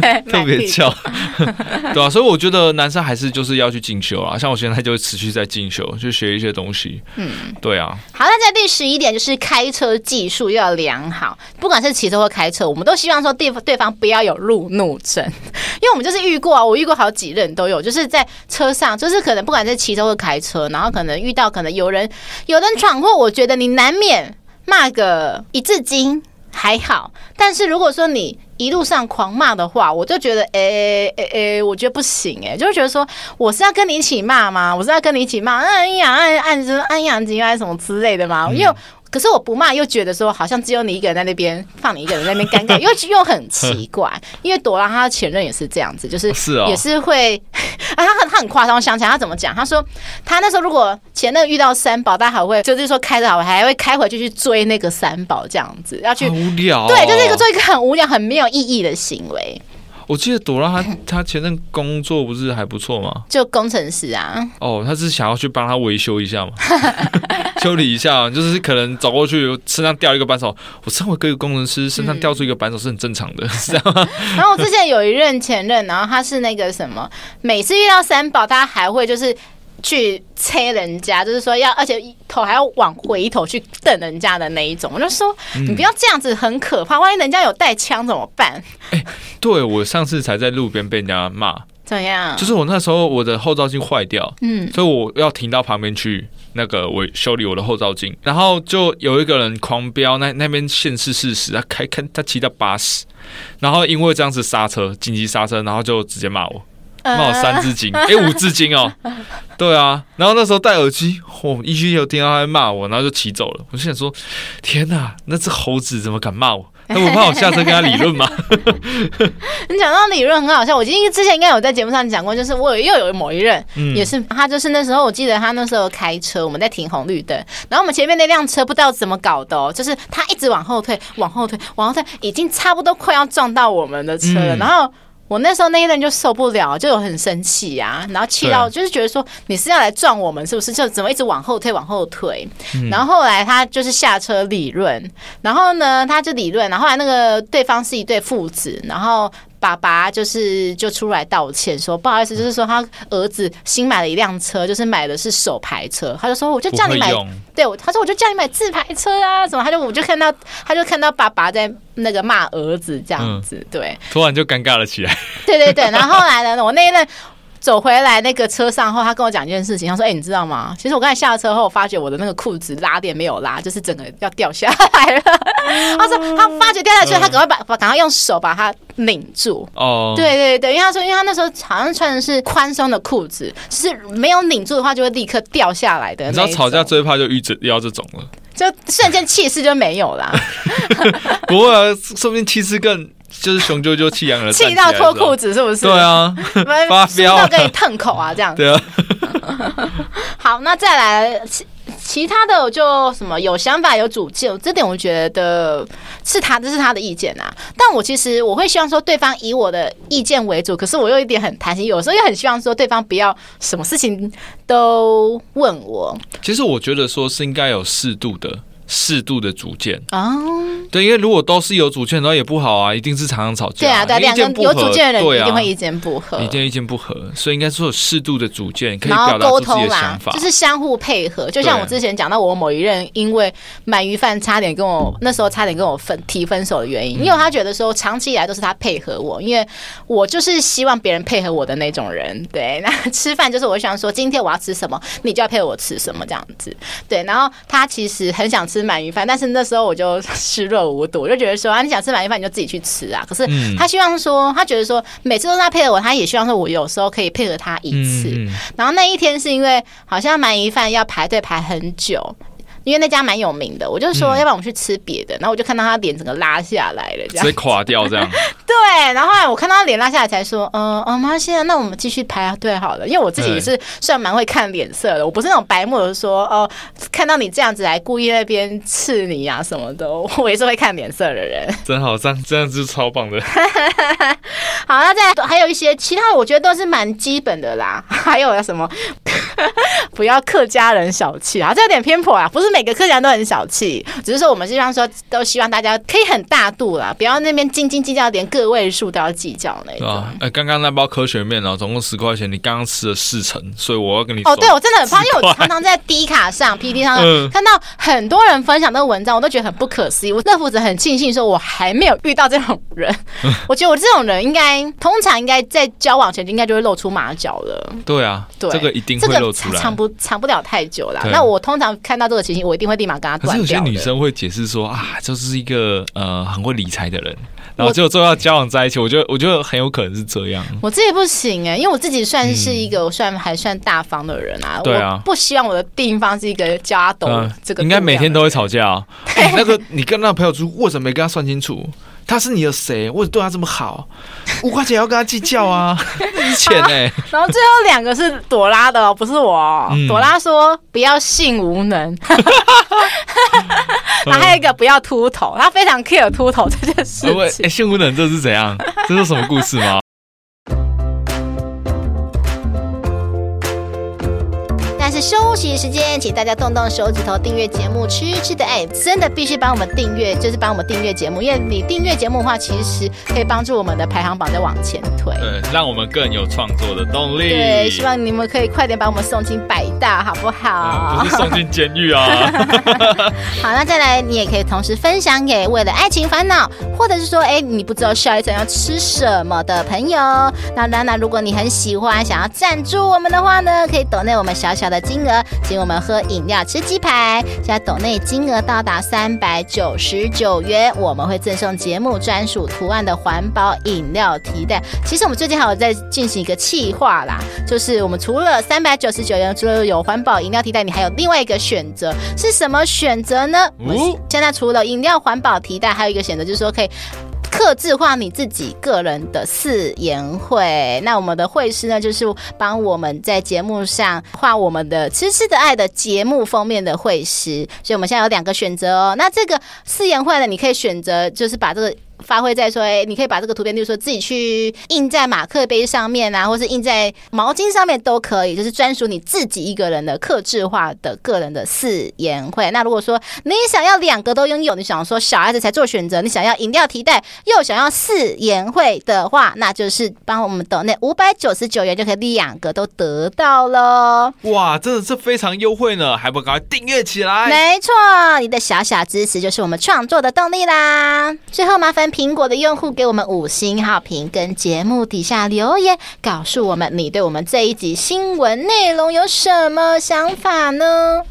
对，
*laughs* 特
蛮
别
屁
翘，
*laughs*
对啊，所以我觉得男生还是就是要去进修啊。像我现在就持续在进修，去学一些东西。嗯，对啊，
好，那在第十一点就是开车技术要良好，不管是骑车或开车，我们都希望说对对方不要有路怒症， *laughs* 因为我们就是遇过啊，我遇过好几任都有，就是在车上，就是可能不管是骑车或开车，然后可能遇到可能有人有人闯祸，我觉得你难免骂个一字经。还好，但是如果说你一路上狂骂的话，我就觉得，诶诶诶，我觉得不行、诶，就会觉得说，我是要跟你一起骂吗？我是要跟你一起骂，哎呀，哎按就是哎呀，你爱什么之类的吗？
嗯
因为可是我不骂，又觉得说好像只有你一个人在那边，放你一个人在那边尴尬，又又很奇怪。因为朵拉她前任也是这样子，就是
是哦
也是会啊，他很他很夸张，我想起来他怎么讲，他说他那时候如果前任遇到三宝，他还会就是说开着好，还会开回去去追那个三宝这样子，要去、
好无聊、哦。
对，就是一个做一个很无聊、很没有意义的行为，
我记得朵拉她她前任工作不是还不错吗？
就工程师啊，
哦，她是想要去帮他维修一下
*laughs*
嘛，修理一下，就是可能走过去身上掉一个扳手。我身为一个工程师，身
嗯
上掉出一个扳手是很正常的， *laughs* 是这样吗？
然后我之前有一任前任，然后他是那个什么，每次遇到三宝，他还会就是去催人家，就是说要，而且头还要往回头去瞪人家的那一种。我就说，你不要这样子，很可怕，万一人家有带枪怎么办？
对我上次才在路边被人家骂，
怎么样
就？是我那时候我的后照镜坏掉，
嗯，
所以我要停到旁边去，那个我修理我的后照镜，然后就有一个人狂飙，那那边限是四十，他开开他骑到八十，然后因为这样子刹车，紧急刹车，然后就直接骂我，骂
呃
我三字经，诶，五字经哦，对啊，然后那时候戴耳机，我一区有听到他在骂我，然后就骑走了，我就想说，天哪，那只猴子怎么敢骂我？那我怕我下车跟他理论吗？
*laughs* 你讲到理论很好笑，我今天之前应该有在节目上讲过，就是我又有某一任、
嗯
也是他，就是那时候我记得他那时候开车，我们在停红绿灯，然后我们前面那辆车不知道怎么搞的哦，就是他一直往后退，往后退，往后退，已经差不多快要撞到我们的车了，
嗯
然后。我那时候那一任就受不了，就有很生气啊，然后气
嗯
到就是觉得说你是要来撞我们是不是？就怎么一直往后退往后退？
嗯
然后后来他就是下车理论，然后呢，他就理论，然后后来那个对方是一对父子，然后。爸爸就是就出来道歉说不好意思，就是说他儿子新买了一辆车，就是买的是手排车，他就说我就
不
*laughs* 叫你
会
买
用，
对，我他说我就叫你买自排车啊，什么？他就我就看到他就看到爸爸在那个骂儿子这样
嗯
子，对
突然就尴尬了起来。
*laughs* 对对对。然后后来呢，我那一任走回来那个车上后，他跟我讲一件事情，他说：“哎、你知道吗？其实我刚才下车后，我发觉我的那个裤子拉链没有拉，就是整个要掉下来了。”
哦
他说他发觉掉下去
嗯
了，他赶快把把赶快用手把它拧住。
哦，
对对对，因为他说，因为他那时候好像穿的是宽松的裤子，是没有拧住的话就会立刻掉下来的
你
那一
知道
种。
吵架最怕就遇这遇到这种了。
就瞬间气势就没有啦，
*laughs* 不会啊，说不定气势更就是雄赳赳气昂昂的，
气到脱裤
子。
子是不是？
对，
*laughs*
啊，发飙
到
了
跟你腾口啊这样。
对啊，
好，那再来其其他的，我就什么有想法有主见，这点我觉得是他这是他的意见啊。但我其实我会希望说对方以我的意见为主，可是我又有一点很贪心，有时候又很希望说对方不要什么事情都问我
其实我觉得说是应该有适度的。适度的主见，
啊。
对，因为如果都是有主见，那也不好啊，一定是常常吵架。
对啊，对啊，
你意
两个
见不
有
合
主见的
对
人一定
啊
会意见不合。
你一定意见不合，所以应该说有适度的主见，可以
然
表
后
达
沟
出自己
通
的
啦
想，法嗯
就。是相互配合。就像我之前讲到，我某一任因为鳗鱼饭差点跟我那时候差点跟我分提分手的原
嗯
因，因为他觉得说长期以来都是他配合我，因为我就是希望别人配合我的那种人。对， *laughs* 那吃饭就是我想说今天我要吃什么，你就要配合我吃什么这样子。对，然后他其实很想吃鳗鱼饭，但是那时候我就视若无睹，我就觉得说啊，你想吃鳗鱼饭你就自己去吃啊。可是
嗯
他希望说，他觉得说每次都是他配合我，他也希望说我有时候可以配合他一次。
嗯，嗯
然后那一天是因为好像鳗鱼饭要排队排很久。因为那家蛮有名的，我就说，要不然我们去吃别的。然后我就看到他脸整个拉下来了，这
直
样
接垮掉
*laughs*
这样。
对。然后后来我看到他脸拉下来，才说，嗯，嗯，妈，现在那我们继续排队好了。因为我自己也是算蛮会看脸色的，我不是那种白目的说，哦，看到你这样子还故意在那边刺你啊什么的，我也是会看脸色的人。
真好，这样这样是超棒的。
好，那再来还有一些其他，我觉得都是蛮基本的啦。 *laughs* 还有什么？不要客家人小气啊，这有点偏颇啊。不是每个客家人都很小气，只是说我们希望说都希望大家可以很大度啦，不要那边斤斤计较，连个位数都要计较那
*laughs*
种。
啊，哎，刚刚那包科学面哦，总共十块钱，你刚刚吃了四成，所以我要跟你
哦，
说
对，我真的很怕，因为我
奇怪
常常在 D 卡上、PT 上
嗯
看到很多人分享的文章，我都觉得很不可思议。我乐福子很庆幸说，我还没有遇到这种
*laughs*
人。我觉得我这种人应该通常应该在交往前就应该就会露出马脚了。
对啊，
对
这个一定
这
会
个
露出来。
藏不藏不了太久啦。
对
那我通常看到这个情形，我一定会立马跟他
可是
断
有些
掉的。
女生会解释说啊，就是一个呃很会理财的人，然后结果最后要交往在一起，我觉得我觉得很有可能是这样。
我自己不行哎、因为我自己算是一个、我算还算大方的人啊，
嗯对啊
我不希望我的另一方是一个叫他懂
嗯，
这个、
应该每天都会。吵架、哦。哎那个你跟那个朋友住，为什么没跟他算清楚？他是你的谁？为什么对他这么好？五块钱也要跟他计较
*laughs*
啊？一钱呢、
然后最后两个是朵拉的、哦，不是我哦、
嗯
朵拉说不要性无能，
嗯
然后 *laughs* 还有一个不要秃头，她非常 care 秃头这件事
哎喂，
情
哎，。幸福人这是怎样？这是什么故事吗？
但是休息时间，请大家动动手指头订阅节目《吃吃的爱》，真的必须帮我们订阅，就是帮我们订阅节目，因为你订阅节目的话，其实可以帮助我们的排行榜再往前推。
对，让我们更有创作的动力。
对，希望你们可以快点把我们送进百大，好不
啊
好
不？是送进监狱啊！
好，那再来，你也可以同时分享给为了爱情烦恼，或者是说，哎，你不知道下一餐要吃什么的朋友。那当然，如果你很喜欢，想要赞助我们的话呢，可以抖内我们小小的金金额，请我们喝饮料、吃鸡排。现在抖内金额到达三百九十九元，我们会赠送节目专属图案的环保饮料提袋。其实我们最近还有在进行一个企划啦，就是我们除了三百九十九元，除了有环保饮料提袋，你还有另外一个选择，是什么选择呢？我们
哦
现在除了饮料环保提袋，还有一个选择就是说可以。克制化你自己个人的誓言会，那我们的会师呢，就是帮我们在节目上画我们的《痴痴的爱》的节目封面的会师，所以我们现在有两个选择哦。那这个誓言会呢，你可以选择就是把这个。发挥在说，哎，你可以把这个图片，例如说自己去印在马克杯上面啊，或是印在毛巾上面都可以，就是专属你自己一个人的克制化的个人的誓言会。那如果说你想要两个都拥有，你想说小孩子才做选择，你想要饮料提袋又想要誓言会的话，那就是帮我们抖那五百九十九元就可以两个都得到喽。
哇，真的是非常优惠呢，还不赶快订阅起来！
没错，你的小小支持就是我们创作的动力啦。最后，麻烦苹果的用户给我们五星好评，跟节目底下留言，告诉我们你对我们这一集新闻内容有什么想法呢？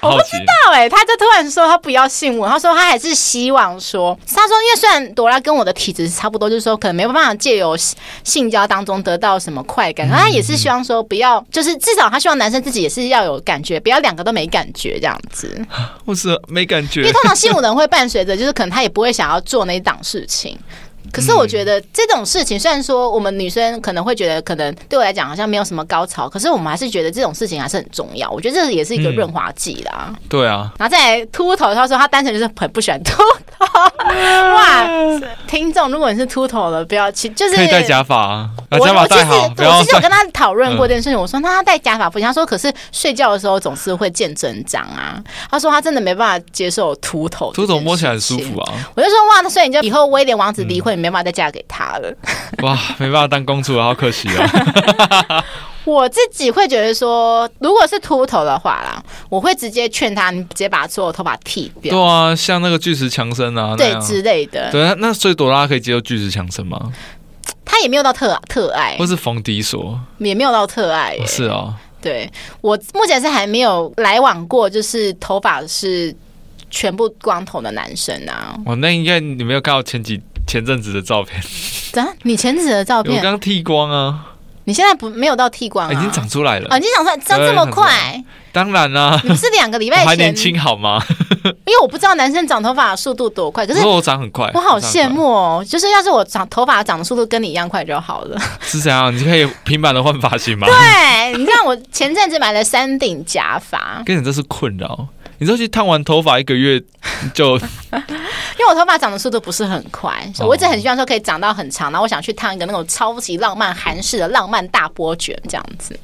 好奇，
到哎、他就突然说他不要信我，他说他还是希望说，他说因为虽然朵拉跟我的体质是差不多，就是说可能没有办法借由性性交当中得到什么快感，他也是希望说不要，就是至少他希望男生自己也是要有感觉，不要两个都没感觉这样子。
我是没感
因为
觉。
通常性无能会伴随着， *laughs* 就是可能他也不会想要做那一档事情。可是我觉得
嗯
这种事情，虽然说我们女生可能会觉得，可能对我来讲好像没有什么高潮，可是我们还是觉得这种事情还是很重要。我觉得这也是一个
嗯
润滑剂啦。
对啊，
然后再来秃头，他说他单纯就是很不喜欢秃头。 *laughs* 哇，听众，如果你是秃头的，不要去，就
嗯
是
可以戴假发啊，把
我
假
我
发
其实
戴好，不
我
要嗯
其实有
戴。
跟他讨论过这件事情，我说那他戴假发不行，他说可是睡觉的时候总是会见真章啊。他说他真的没办法接受秃头，
秃头摸起来很舒服。啊！
我就说哇，那所以你就以后威廉王子离婚，你没办法再嫁给他了。
嗯哇，没办法当公主了，好可惜
*laughs*
啊！
我自己会觉得说，如果是秃头的话啦，我会直接劝他，你直接把所有头发剃
对
掉，
啊，像那个巨石强森啊，那
对
样
之类的。
对，那那所以朵拉可以接受巨石强森吗？
他也没有到特特爱
或，是冯迪索？
也没有到特爱、耶
是哦，
对我目前是还没有来往过，就是头发是全部光头的男生啊。
哇，哦那应该你没有看到前几前阵子的照片，
怎样？你前子的照
我
片，
刚剃光啊，哎
你现在不没有到剃光、啊
已经长出来了
啊，。你已经长出来，长这么快？
当然啦，
你不是两个礼
我
拜
还
前
年？轻好吗？
因为我不知道男生长头发的速度多快，可
*laughs* 不
是
过我长很快，
我好
长很
羡
快。
慕哦。就是要是我长头发长的速度跟你一样快就好
*laughs*
了。
是怎样？你可以频繁的换发型吗？
对，你知道我前阵子买了三顶假发，
跟你这是困扰。你说去烫完头发一个月
*laughs*
就
因为我头发长的速度不是很快，
哦
所以我一直很希望说可以长到很长，然后我想去烫一个那种超级浪漫韩式的浪漫大波卷这样子。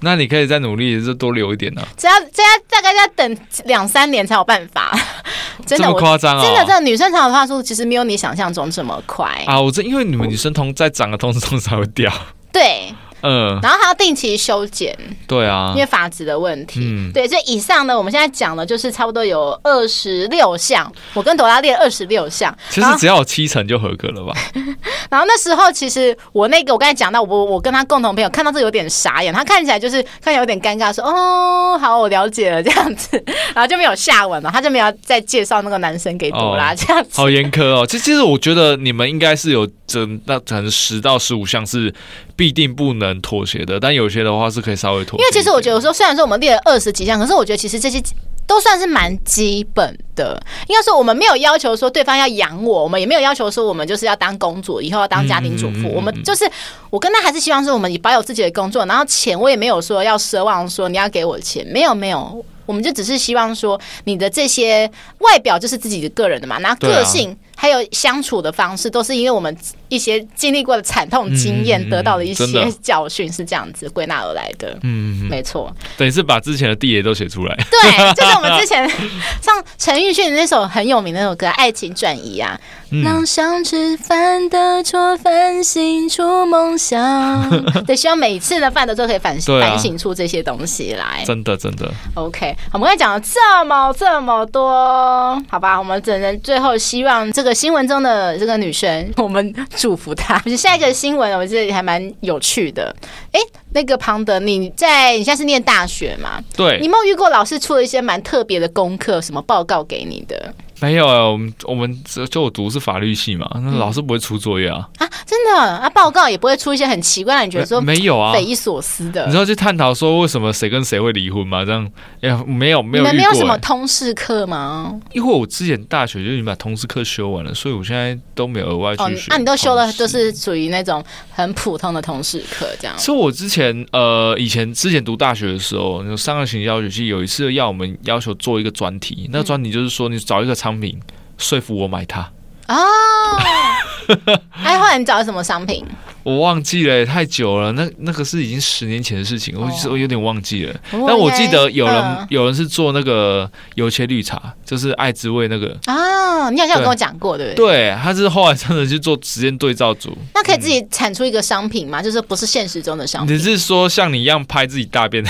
那你可以再努力，就多留一点呢、啊
这要这要大概要等两三年才有办法， *laughs* 真
这
的
么
我。
夸张啊！
真的，真的，女生长头发速度其实没有你想象中这么快。
啊！我这因为你们女生同在长的同时通常会掉，
*laughs* 对，
嗯，
然后还要定期修剪，
对啊
因，为发质的问题。
嗯
对，所以以上呢，我们现在讲的就是差不多有二十六项，我跟朵拉列二十六项。
其
然后
实只要有七成就合格
*laughs*
了吧？
然后那时候其实我那个我刚才讲到我我跟他共同朋友看到这有点傻眼，他看起来就是看起来有点尴尬，说哦好我了解了这样子，然后就没有下文了，他就没有再介绍那个男生给朵拉、
哦
这样子。
好严苛哦！其实，其实我觉得你们应该是有整那可能十到十五项是必定不能妥协的，但有些的话是可以稍微妥协一点。
因为其实我觉得说，虽然说我们列了二十几项，可是我觉得其实这些都算是蛮基本的。应该说我们没有要求说对方要养我，我们也没有要求说我们就是要当公主，以后要当家庭主妇。
嗯嗯嗯嗯
我们就是我跟他还是希望说我们保有自己的工作，然后钱我也没有说要奢望说你要给我钱，没有没有。我们就只是希望说，你的这些外表就是自己的个人的嘛，然后
对
个
啊
性还有相处的方式，都是因为我们一些经历过的惨痛经验
嗯嗯嗯
得到的一
真的
些教训，是这样子归纳而来的。
嗯，嗯，嗯
没错，
*laughs* 等于是把之前的地也都写出来。
对，就是我们之前上陈奕迅那首很有名的那首歌《爱情转移》啊，
嗯
让想吃饭的错反省出
*laughs*
梦想。对，希望每次的饭的都可以反、
对啊
反省出这些东西来。
真的真的，
OK，好我们刚才讲了这么这么多，好吧，我们只能最后希望这个新闻中的这个女生，我们祝福她。而且下一个新闻，我觉得还蛮有趣的。诶，那个庞德，你在你现在是念大学嘛？你
对
有，没有遇过老师出了一些蛮特别的功课，什么报告给你的
没有啊，我们我们就就我读是法律系嘛，那老师不会出作业啊，
啊？真的啊，报告也不会出一些很奇怪，让你觉得说
没没有啊
匪。夷所思的
你知。道去探讨说为什么谁跟谁会离婚吗？这样，哎呀，没有没
你
有
们
遇
没有什
过、
么
欸，
通识课吗？
因为我之前大学就已经把通识课修完了，所以我现在都没有额外
哦
去，学。
那、你都修了，就是属于那种很普通的通识课这样。
是我之前呃，以前之前读大学的时候，那上个行销学系有一次要我们要求做一个专题，那专题就是说你找一个商品说服我买它，
哦，哎，后来你找了什么商品？
我忘记了，太久了，那那个是已经十年前的事情，我就是
哦
我有点忘记了。 *laughs* 但我记得有人、
嗯
有人是做那个油切绿茶，就是爱滋味那个，
啊，你好像有
对
跟我讲过，对不对？
对，他是后来真的去做实验对照组。
那可以自己产出一个商品吗？就是不是现实中的商
你
品？
是说像你一样拍自己大
*laughs*
便？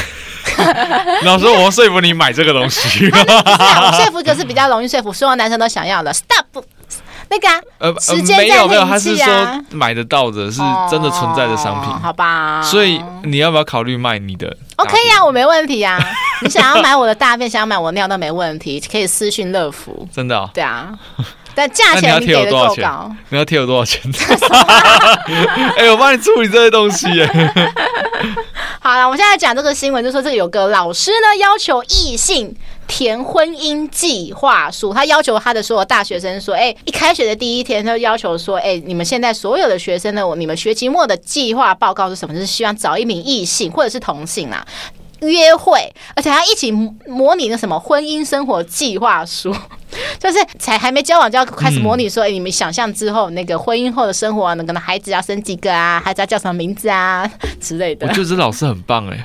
老师，我要说服你买这个东
*laughs*
西。
不是啊，我说服一个是比较容易说服，所有男生都想要的。Stop，那个、啊、
呃，
时
呃
间
没有
暂
没有，
停
他是
器啊
说买得到的，是真的存在的商
哦
品，
好吧？
所以你要不要考虑卖你的大便？
OK 呀、我没问题呀、你想要买我的大便，想要买我的尿都没问题，可以私讯乐福。
真的哦、
对啊，但价
那你
钱
要
你
贴
给
我
的
多少
够
钱
高。
你要贴我多少
*laughs*
钱？ *laughs* 哎、我帮你处理这些东西耶。
好了，我现在讲这个新闻，就说这个有个老师呢要求异性填婚姻计划书，他要求他的所有大学生说，哎、一开学的第一天，他就要求说，哎、你们现在所有的学生呢，我你们学期末的计划报告是什么？就是希望找一名异性或者是同性啦。约会，而且还要一起模模拟那什么婚姻生活计划书， *laughs* 就是才还没交往就要开始模拟说，哎、你们想象之后那个婚姻后的生活啊，那个孩子要生几个啊，孩子要叫什么名字啊之类的
我。觉得这老师很棒
*laughs*
哎，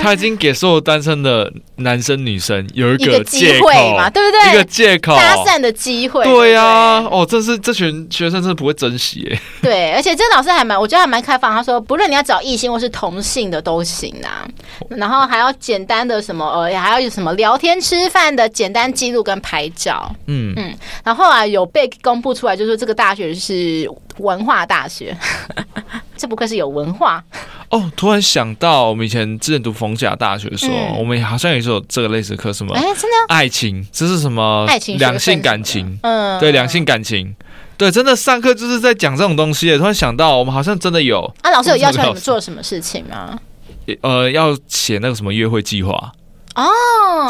他已经给所有单身的男生女生有一
一个机
借口
会嘛对不对
一个借口。
搭讪的机会。
哦对呀、
对不对
哦，这是这群学生真的不会珍惜欸耶。
对，而且这老师还蛮，我觉得还蛮开放。他说，不论你要找异性或是同性的都行啊，然后还要简单的什么，呃，还要有什么聊天、吃饭的简单记录跟拍照。
嗯，
然后啊，有被公布出来，就是说这个大学是文化大学， *laughs* 这不愧是有文化。
哦，突然想到我们以前之前读逢甲大学的时候，
嗯
我们好像也是有这个类似的课，什么
哎、真的，
爱情，这是什么
爱情学分
两性感情，
嗯，
对两性感情，对，真的上课就是在讲这种东西耶。突然想到，我们好像真的有
啊，老师有要求你们做什么事情吗？
呃要写那个什么约会计划，
哦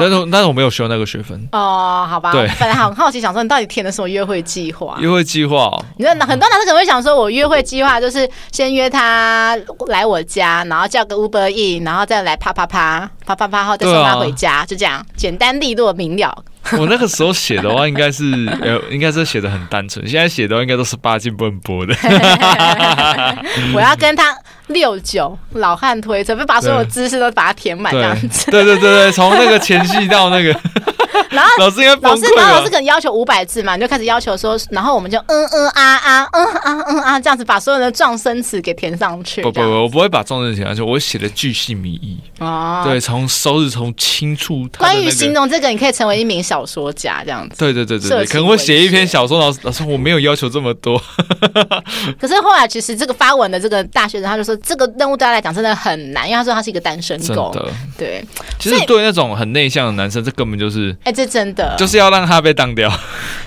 但是但是我没有修那个学分。
哦，好吧，
对
本来很好奇，想说你到底填的什么约会计划？
约会计划哦，
你知道，很多男生可能会想说，我约会计划就是先约他来我家，然后叫个 Uber E，然后再来啪啪啪啪啪啪，然后再送
对啊
他回家，就这样简单利落明了。
我那个时候写的话，应
*laughs*
该是呃，应该是写的很单纯。现在写的话，应该都是八禁不能播
*laughs*
的。
我要跟他六九老汉推车，就把所有
对
知识都把它填满这
对
样子。
对对对对，从那个前戏到
*laughs*
那个，
然后
老师应该崩
老师，
溃
然后老
了
师。可能要求五百字嘛，你就开始要求说，然后我们就嗯嗯啊啊嗯啊嗯啊这样子把所有的撞声词给填上去。
不不
这
不，
样
我不会把重点写上去，我会写的巨细靡遗。
哦，
对，从收拾，从清楚他的
关于
那
形
个。
容这个，你可以成为一名小说家这样子。
对对对对
色
对，
情
可能会
文
写一篇
学
小说，老师老师我没有要求这么多，
可是后来，其实这个发文的这个大学生，他就说这个任务对他来讲真的很难，因为他说他是一个单身
真
狗。
的。
对，
其
所
实
以
对那种很内向的男生，这根本就是
哎、这真的。
就是要让他被当掉。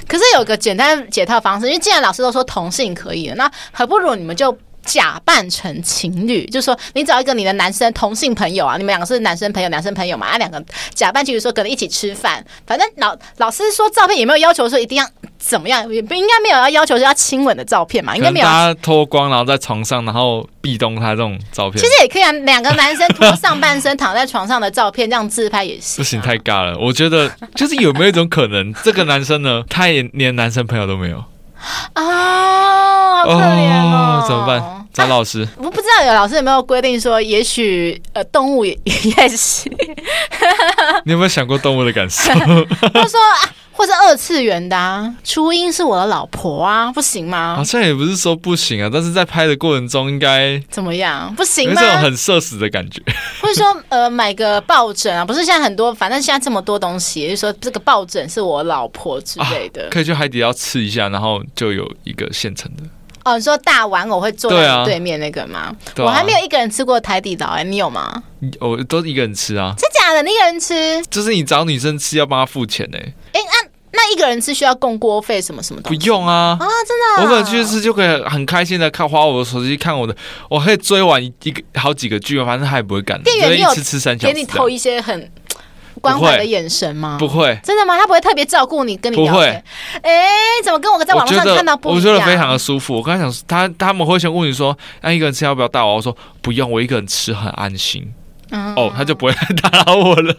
可是有个简单的解套方式，因为既然老师都说同性可以了，那何不如你们就。假扮成情侣，就说你找一个你的男生同性朋友啊，你们两个是男生朋友、男生朋友嘛，啊，两个假扮情侣说可能一起吃饭，反正老老师说照片也没有要求说一定要怎么样，也不应该没有要要求说要亲吻的照片嘛，
可
应该
能
没有
大家脱光，然后在床上，然后壁咚他这种照片
其，实也可以啊，两个男生脱上半身躺在床上的照片，这样自拍也行、啊。
不行，太尬了。我觉得就是有没有一种可能，这个男生呢，他也连男生朋友都没有，
哦，好可怜哦，
怎么办？？张老师，
*laughs* 我不知道有老师有没有规定说，也许呃动 *laughs* 物也也是， *laughs*
你有没有想过动物的感受？
他说啊，或是二次元的啊，初音是我的老婆啊，不行吗
好？像也不是说不行啊，但是在拍的过程中应该
怎么样？不
有
行
一
吗？
种很社死的感觉。
或者说呃，买个抱枕啊，不是现在很多，反正现在这么多东西，就是说这个抱枕是我老婆
啊
之类的。
可以去海底捞吃一下，然后就有一个现成的。
哦，你说大玩偶会坐
对
在
啊
你对面那个吗？
对啊
我还没有一个人吃过台底捞、哎，你有吗？
我都一个人吃啊，
真假的？你一个人吃？
就是你找女生吃要帮她付钱呢、欸
那一个人吃需要供锅费什么什么
不
东西？
用啊。
啊，真的、
我可能去。吃就可以很开心的看，花我的手机看我的，我可以追完一一个好几个剧，反正他也不会赶，
店
就
员
是
你
一
有
吃吃三小
给
时
你
这
投
样。
一些很关怀的眼神吗？
不会，
真的吗？他不会特别照顾你，跟你聊天？哎、怎么跟我在
我
网络
觉
上
得
看到不一
我
样？
觉得非常的舒服。我刚才想，他他们会先问你说，那一个人吃要不要大碗？我说不用，我一个人吃很安心。
嗯
哦，他就不会来打扰我
*laughs*
了。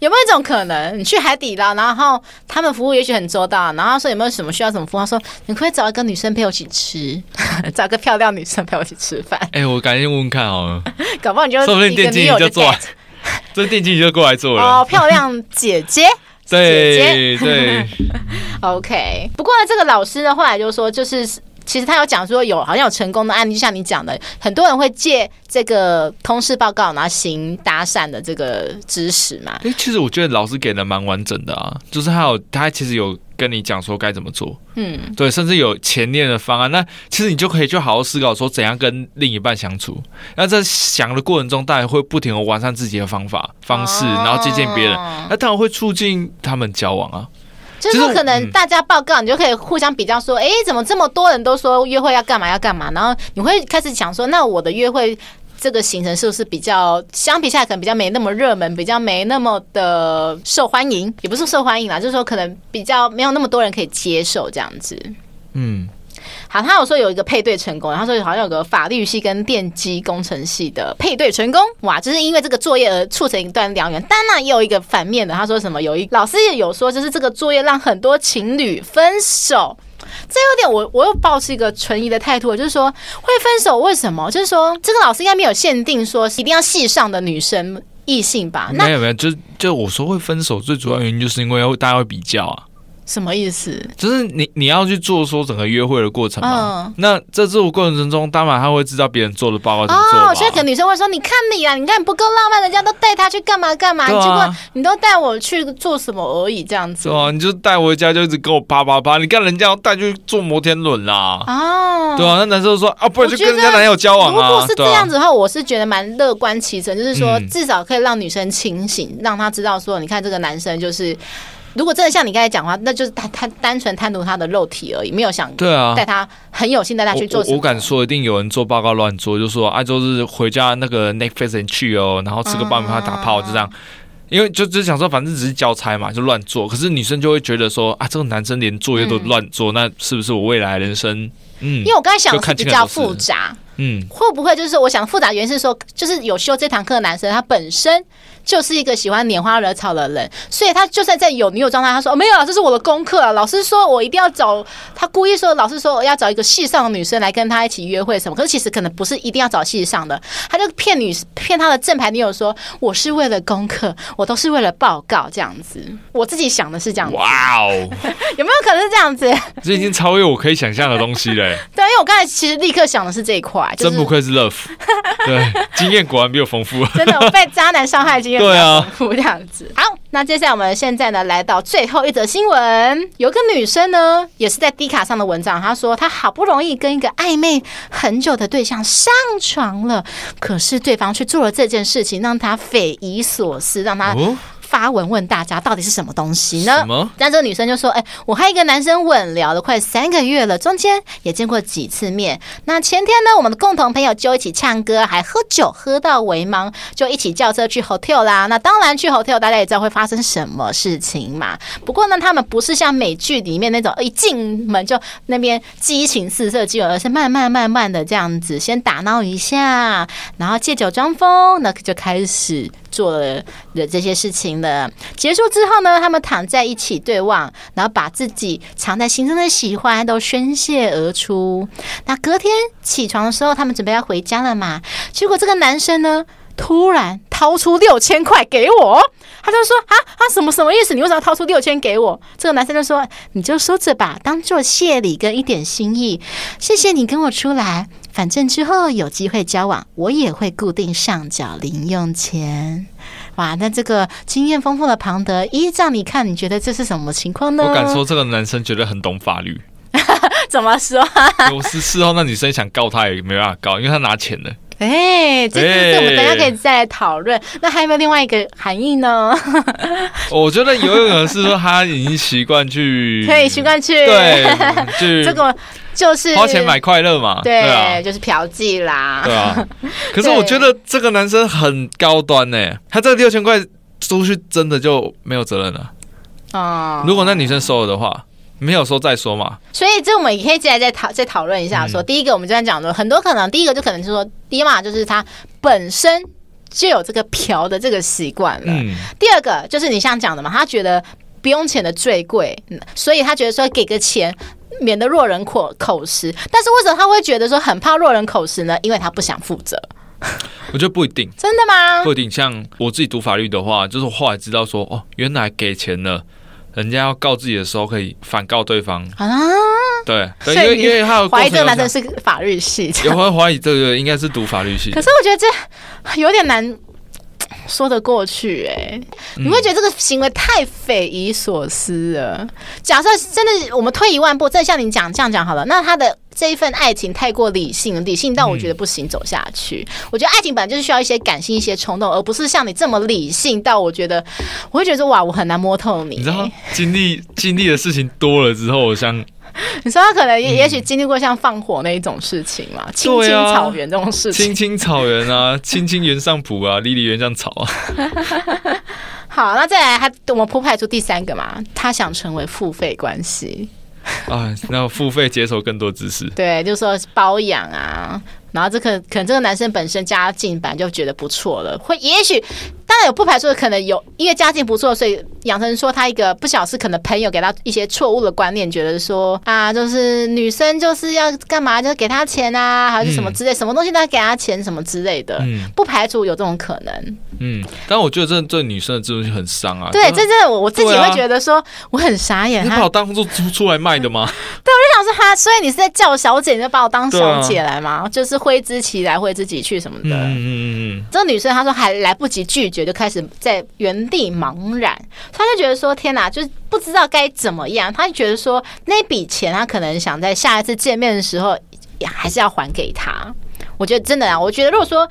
有没有一种可能，你去海底捞，然后他们服务也许很周到，然后说有没有什么需要什么服务？他说你可不可以找一个女生陪我一起吃， *laughs* 找个漂亮女生陪我一起吃饭，
哎、我赶紧问问看好了，
搞不好你就
说不定
一个
电竞
女
你
友
就做
嫁
完，这电竞你就过来做了。
哦， *laughs* 漂亮姐姐。
对
*laughs*
对，
OK，不过呢，这个老师呢，后来就说，就是其实他有讲说有好像有成功的案例，就像你讲的，很多人会借这个通识报告然后行搭讪的这个知识嘛。
哎、其实我觉得老师给的蛮完整的啊，就是他有他其实有跟你讲说该怎么做，
嗯，
对，甚至有前面的方案。那其实你就可以就好好思考说怎样跟另一半相处。那在想的过程中，当然会不停的完善自己的方法方式，
哦
然后接近别人，那当然会促进他们交往啊。
就
其
是说
实我嗯
可能大家报告，你就可以互相比较说，诶，怎么这么多人都说约会要干嘛要干嘛？然后你会开始想说，那我的约会。这个行程是不是比较相比下来可能比较没那么热门，比较没那么的受欢迎？也不是受欢迎啦，就是说可能比较没有那么多人可以接受这样子。
嗯，
好，他有说有一个配对成功，然后说好像有个法律系跟电机工程系的配对成功，哇，就是因为这个作业而促成一段良缘。当然也有一个反面的，他说什么有一老师也有说，就是这个作业让很多情侣分手。这有点我我又抱持一个存疑的态度，就是说会分手为什么？就是说这个老师应该没有限定说一定要系上的女生异性吧？啊那
没有没有，就就我说会分手，最主要原因就是因为要大家会比较啊。
什么意思？
就是你你要去做说整个约会的过程嘛。
嗯
那在这个过程中，当然他会知道别人做的报告怎么做吧。啊
哦，所以可能女生会说：“你看你啊，你看你不够浪漫，人家都带她去干嘛干嘛，
对啊
结果你都带我去做什么而已，这样子。
是啊，你就带回家就一直跟我啪啪啪，你看人家要带去坐摩天轮啊啦，
哦，
对啊，那男生就说啊，不然就
我觉
跟
得
人家男友交
如
往啊，
果是这样
子，
子的话，我是觉得蛮乐观其成，就是说
嗯
至少可以让女生清醒，让她知道说，你看这个男生就是，如果真的像你刚才讲的话，那就是他他单纯贪图他的肉体而已，没有想
对啊。
带他很有心带他去
我
做什
我
么。
我敢说，一定有人做报告乱做，就说啊，就是回家那个 Netflix and 去哦，然后吃个爆米花打炮，就这
啊
样。因为就只想说，反正只是交差嘛，就乱做。可是女生就会觉得说啊，这个男生连作业都乱做，那是不是我未来人生？嗯
因为我刚才想
就
的是
看
比
清了
较
老师
复杂，
嗯，
会不会就是我想复杂原因是说，就是有修这堂课的男生他本身就是一个喜欢拈花惹草的人，所以他就算在有女友状态，他说、哦、没有啊，这是我的功课啊，老师说我一定要找他故意说老师说要找一个系上的女生来跟他一起约会什么，可是其实可能不是一定要找系上的，他就骗女骗他的正牌女友说我是为了功课，我都是为了报告这样子，我自己想的是这样子，
哇哦，
有没有可能是这样子？
这已经超越我可以想象的东西
*laughs*
嘞，
对，因为我刚才其实立刻想的是这一块，啊就
真
是
不愧是 love，对，
*laughs*
经验果然比我丰富。
真的，我被渣男伤害的经验
对啊
比较丰富这样子。好，那接下来我们现在呢，来到最后一则新闻，有个女生呢，也是在 D 卡上的文章，她说她好不容易跟一个暧昧很久的对象上床了，可是对方却做了这件事情，让她匪夷所思，让她
哦，
发文问大家到底是什么东西呢
什？么？
但这个女生就说：“哎、我和一个男生稳聊了快三个月了，中间也见过几次面。那前天呢，我们的共同朋友就一起唱歌，还喝酒，喝到为茫，就一起叫车去 hotel 啦。那当然去 hotel，大家也知道会发生什么事情嘛。
嗯
不过呢，他们不是像美剧里面那种呃一进门就那边激情四射、激吻，而是慢慢慢慢的这样子，先打闹一下，然后借酒装疯，那就开始做了的这些事情了。结束之后呢，他们躺在一起对望，然后把自己藏在心中的喜欢都宣泄而出。那隔天起床的时候，他们准备要回家了嘛，结果这个男生呢，突然掏出六千块给我，他就说啊啊什么什么意思？你为什么要掏出六千给我？这个男生就说你就收着吧，当做谢礼跟一点心意，谢谢你跟我出来。反正之后有机会交往，我也会固定上缴零用钱。哇，那这个经验丰富的庞德，依照你看，你觉得这是什么情况呢？
我敢说，这个男生绝对很懂法律。
怎么说？
*laughs* 有时事后那女生想告他也没办法告，因为他拿钱了。
哎、这这我们等一下可以再来讨论。
哎
那还有没有另外一个含义呢？
嗯我觉得有可能是说他已经习惯去，
*laughs* *laughs* 可以习惯去，
对，嗯去
*laughs* 这个就是
花钱买快乐嘛，
对，
啊。
就是嫖妓啦。
对
*laughs*
啊，可是我觉得这个男生很高端呢、他这六千块出去真的就没有责任了。
哦，
如果那女生收了的话，没有收再说嘛。
所以这我们也可以接下来再讨再讨论一下
嗯
说，第一个我们就在讲说，很多可能第一个就可能是说，第一嘛就是他本身就有这个嫖的这个习惯了。
嗯，
第二个就是你像讲的嘛，他觉得不用钱的最贵，嗯所以他觉得说给个钱。免得落人口口实，但是为什么他会觉得说很怕落人口实呢？因为他不想负责，
我觉得不一定，
真的吗？
不一定。像我自己读法律的话，就是我后来知道说，哦，原来给钱了。人家要告自己的时候，可以反告对方，
啊，
对，对，因
*laughs* 所以
为
你
因为他有过
怀疑
程
这个
有
男
讲
生是法律系，
有会怀疑这个应该是读法律系
可
的，
是我觉得这有点难说得过去哎、
嗯
你会觉得这个行为太匪夷所思了。假设真的，我们退一万步，再像你讲这样讲好了，那他的这一份爱情太过理性了，理性到我觉得不行，走下去。我觉得爱情本来就是需要一些感性、一些冲动，而不是像你这么理性到我觉得，我会觉得说哇，我很难摸透你、
你知道经历经历的事情多了之后，我像
你说他可能也、也许经历过像放火那一种事情嘛，青青
嗯对啊
草原这种事情
青。青草原
*laughs*
啊，青青原上圃啊，离离原上草啊， *laughs*
好，那再来他，我们铺排出第三个嘛，他想成为付费关系，
哎，那付费解锁更多知识。
对，就说包养啊，然后这个可能这个男生本身家境本来就觉得不错了，会也许当然有不排除的可能有，因为家境不错，所以养成说他一个不小是可能朋友给他一些错误的观念，觉得说啊，就是女生就是要干嘛，就是给他钱啊，还是什么之类，什么东西都要给他钱什么之类的，
嗯
不排除有这种可能。
嗯，但我觉得这对女生的自尊心很伤啊。
对，
真的
这真的我我自己
对啊
会觉得说、我很傻眼，
你
他
把我当做猪出来卖的吗？
想说哈，所以你是在叫我小姐，你就把我当小姐来吗？就是挥之其来挥之即去什么
嗯
的。
嗯嗯
这个女生她说还来不及拒绝，就开始在原地茫然。她就觉得说天哪，就是不知道该怎么样。她就觉得说那笔钱，她可能想在下一次见面的时候，也还是要还给他。我觉得真的啊，我觉得如果说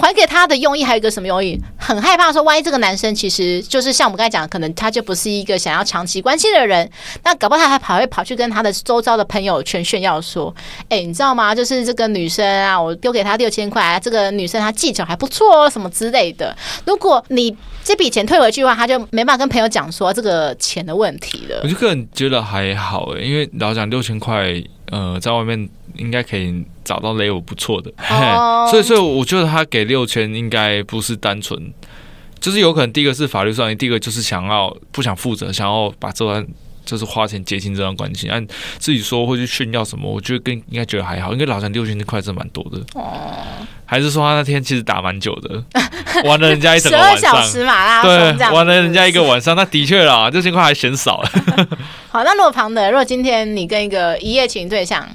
还给他的用意还有一个什么用意？很害怕说，万一这个男生其实就是像我们刚才讲，可能他就不是一个想要长期关系的人，那搞不好他还跑会跑去跟他的周遭的朋友圈炫耀说：“哎、你知道吗？就是这个女生啊，我丢给她六千块啊，这个女生她技巧还不错哦，什么之类的。”如果你这笔钱退回去的话，他就没办法跟朋友讲说这个钱的问题
我
了。
就个人觉得还好诶、因为老实讲六千块，呃，在外面应该可以找到雷我不错的，
哦
所以所以我觉得他给六千应该不是单纯，就是有可能第一个是法律上，第一个就是想要不想负责，想要把这段。就是花钱结清这段关系，按自己说会去炫耀什么，我觉得跟应该觉得还好，因为老蒋六千块真的蛮多的。哦，还是说他那天其实打蛮久的，玩了人家一整
十
个
二
晚
小
上，
时马拉松这
对，
样，
玩了人家一个。晚上，那的确啦，六千块还嫌少了。
好，那如果庞德，如果今天你跟一个一夜情对象，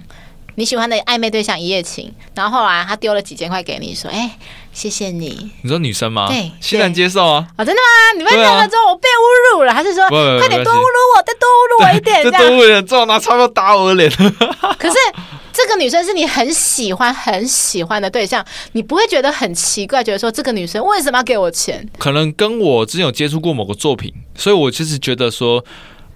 你喜欢的暧昧对象一夜情，然后后来他丢了几千块给你，说：“哎、谢谢你。
你说女生吗？
对
欣然接受啊，”
哦，真的吗？你被弄了之后，我被侮辱了，还是说
不不不
快点
啊没关系
多侮辱我，再多侮辱我一
*laughs*
点
这
这
多
样？
误人，这种拿钞票打我的脸。
可是这个女生是你很喜欢、很喜欢的对象，你不会觉得很奇怪，觉得说这个女生为什么要给我钱？
可能跟我之前有接触过某个作品，所以我就是觉得说，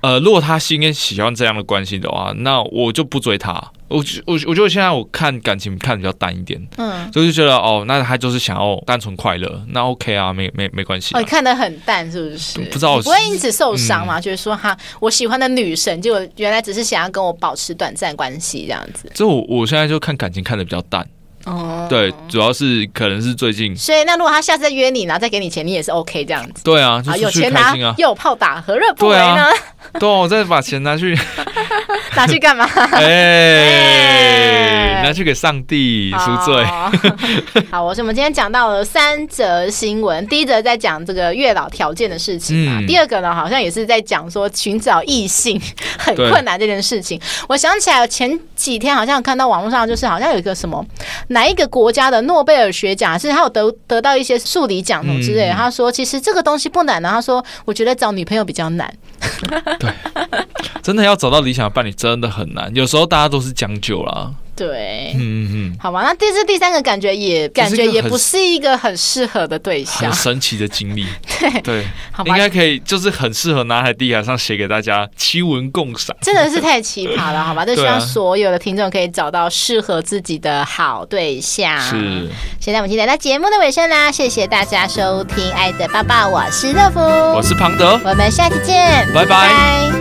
呃，如果他心跟喜欢这样的关系的话，那我就不追他。我就我我觉得现在我看感情看得比较淡一点，
嗯，
所以就觉得哦，那他就是想要单纯快乐，那 OK 啊，没没没关系、啊
哦，你。看得很淡，是不是？
不嗯知道
你不会因此受伤嘛？就是说哈，我喜欢的女神，就原来只是想要跟我保持短暂关系这样子。
这我我现在就看感情看得比较淡，
哦，
对，主要是可能是最近，
所以那如果他下次再约你，然后再给你钱，你也是 OK 这样子。
对啊，就
啊，有
出去
钱
开
拿，
心啊，
又有炮打，何乐不为
对
呢？
啊对啊，我再把钱拿去
*laughs* 拿去
*laughs*
干嘛？ *laughs*
哎
哎，
拿去给上帝赎罪。
罪。哦好，我是我们今天讲到了三则新闻，第一则在讲这个月老条件的事情嘛，
嗯
第二个呢好像也是在讲说寻找异性很
对
困难这件事情。我想起来前几天好像有看到网络上就是好像有一个什么哪一个国家的诺贝尔学奖，是他有得得到一些数理奖什么之类的。
嗯
他说其实这个东西不难的，啊他说我觉得找女朋友比较难。
真的要找到理想的伴侣真的很难，有时候大家都是将就啦。
对。
嗯嗯
好吧，那第四、第三个感觉也感觉也不是一个很适合的对
嗯，
象
很，神奇的经历。
*laughs* 对，
对，
好
应，
吧
该可以，就是很适合拿在地海上写给大家，奇闻共赏。
真的是太奇
*laughs*
葩了，好吧？就希
对啊
望所有的听众可以找到适合自己的好对象。
是，
现在我们已经来到节目的尾声啦，谢谢大家收听《爱的抱抱》，我是乐福，
我是庞德。
我们下期见，
拜拜
拜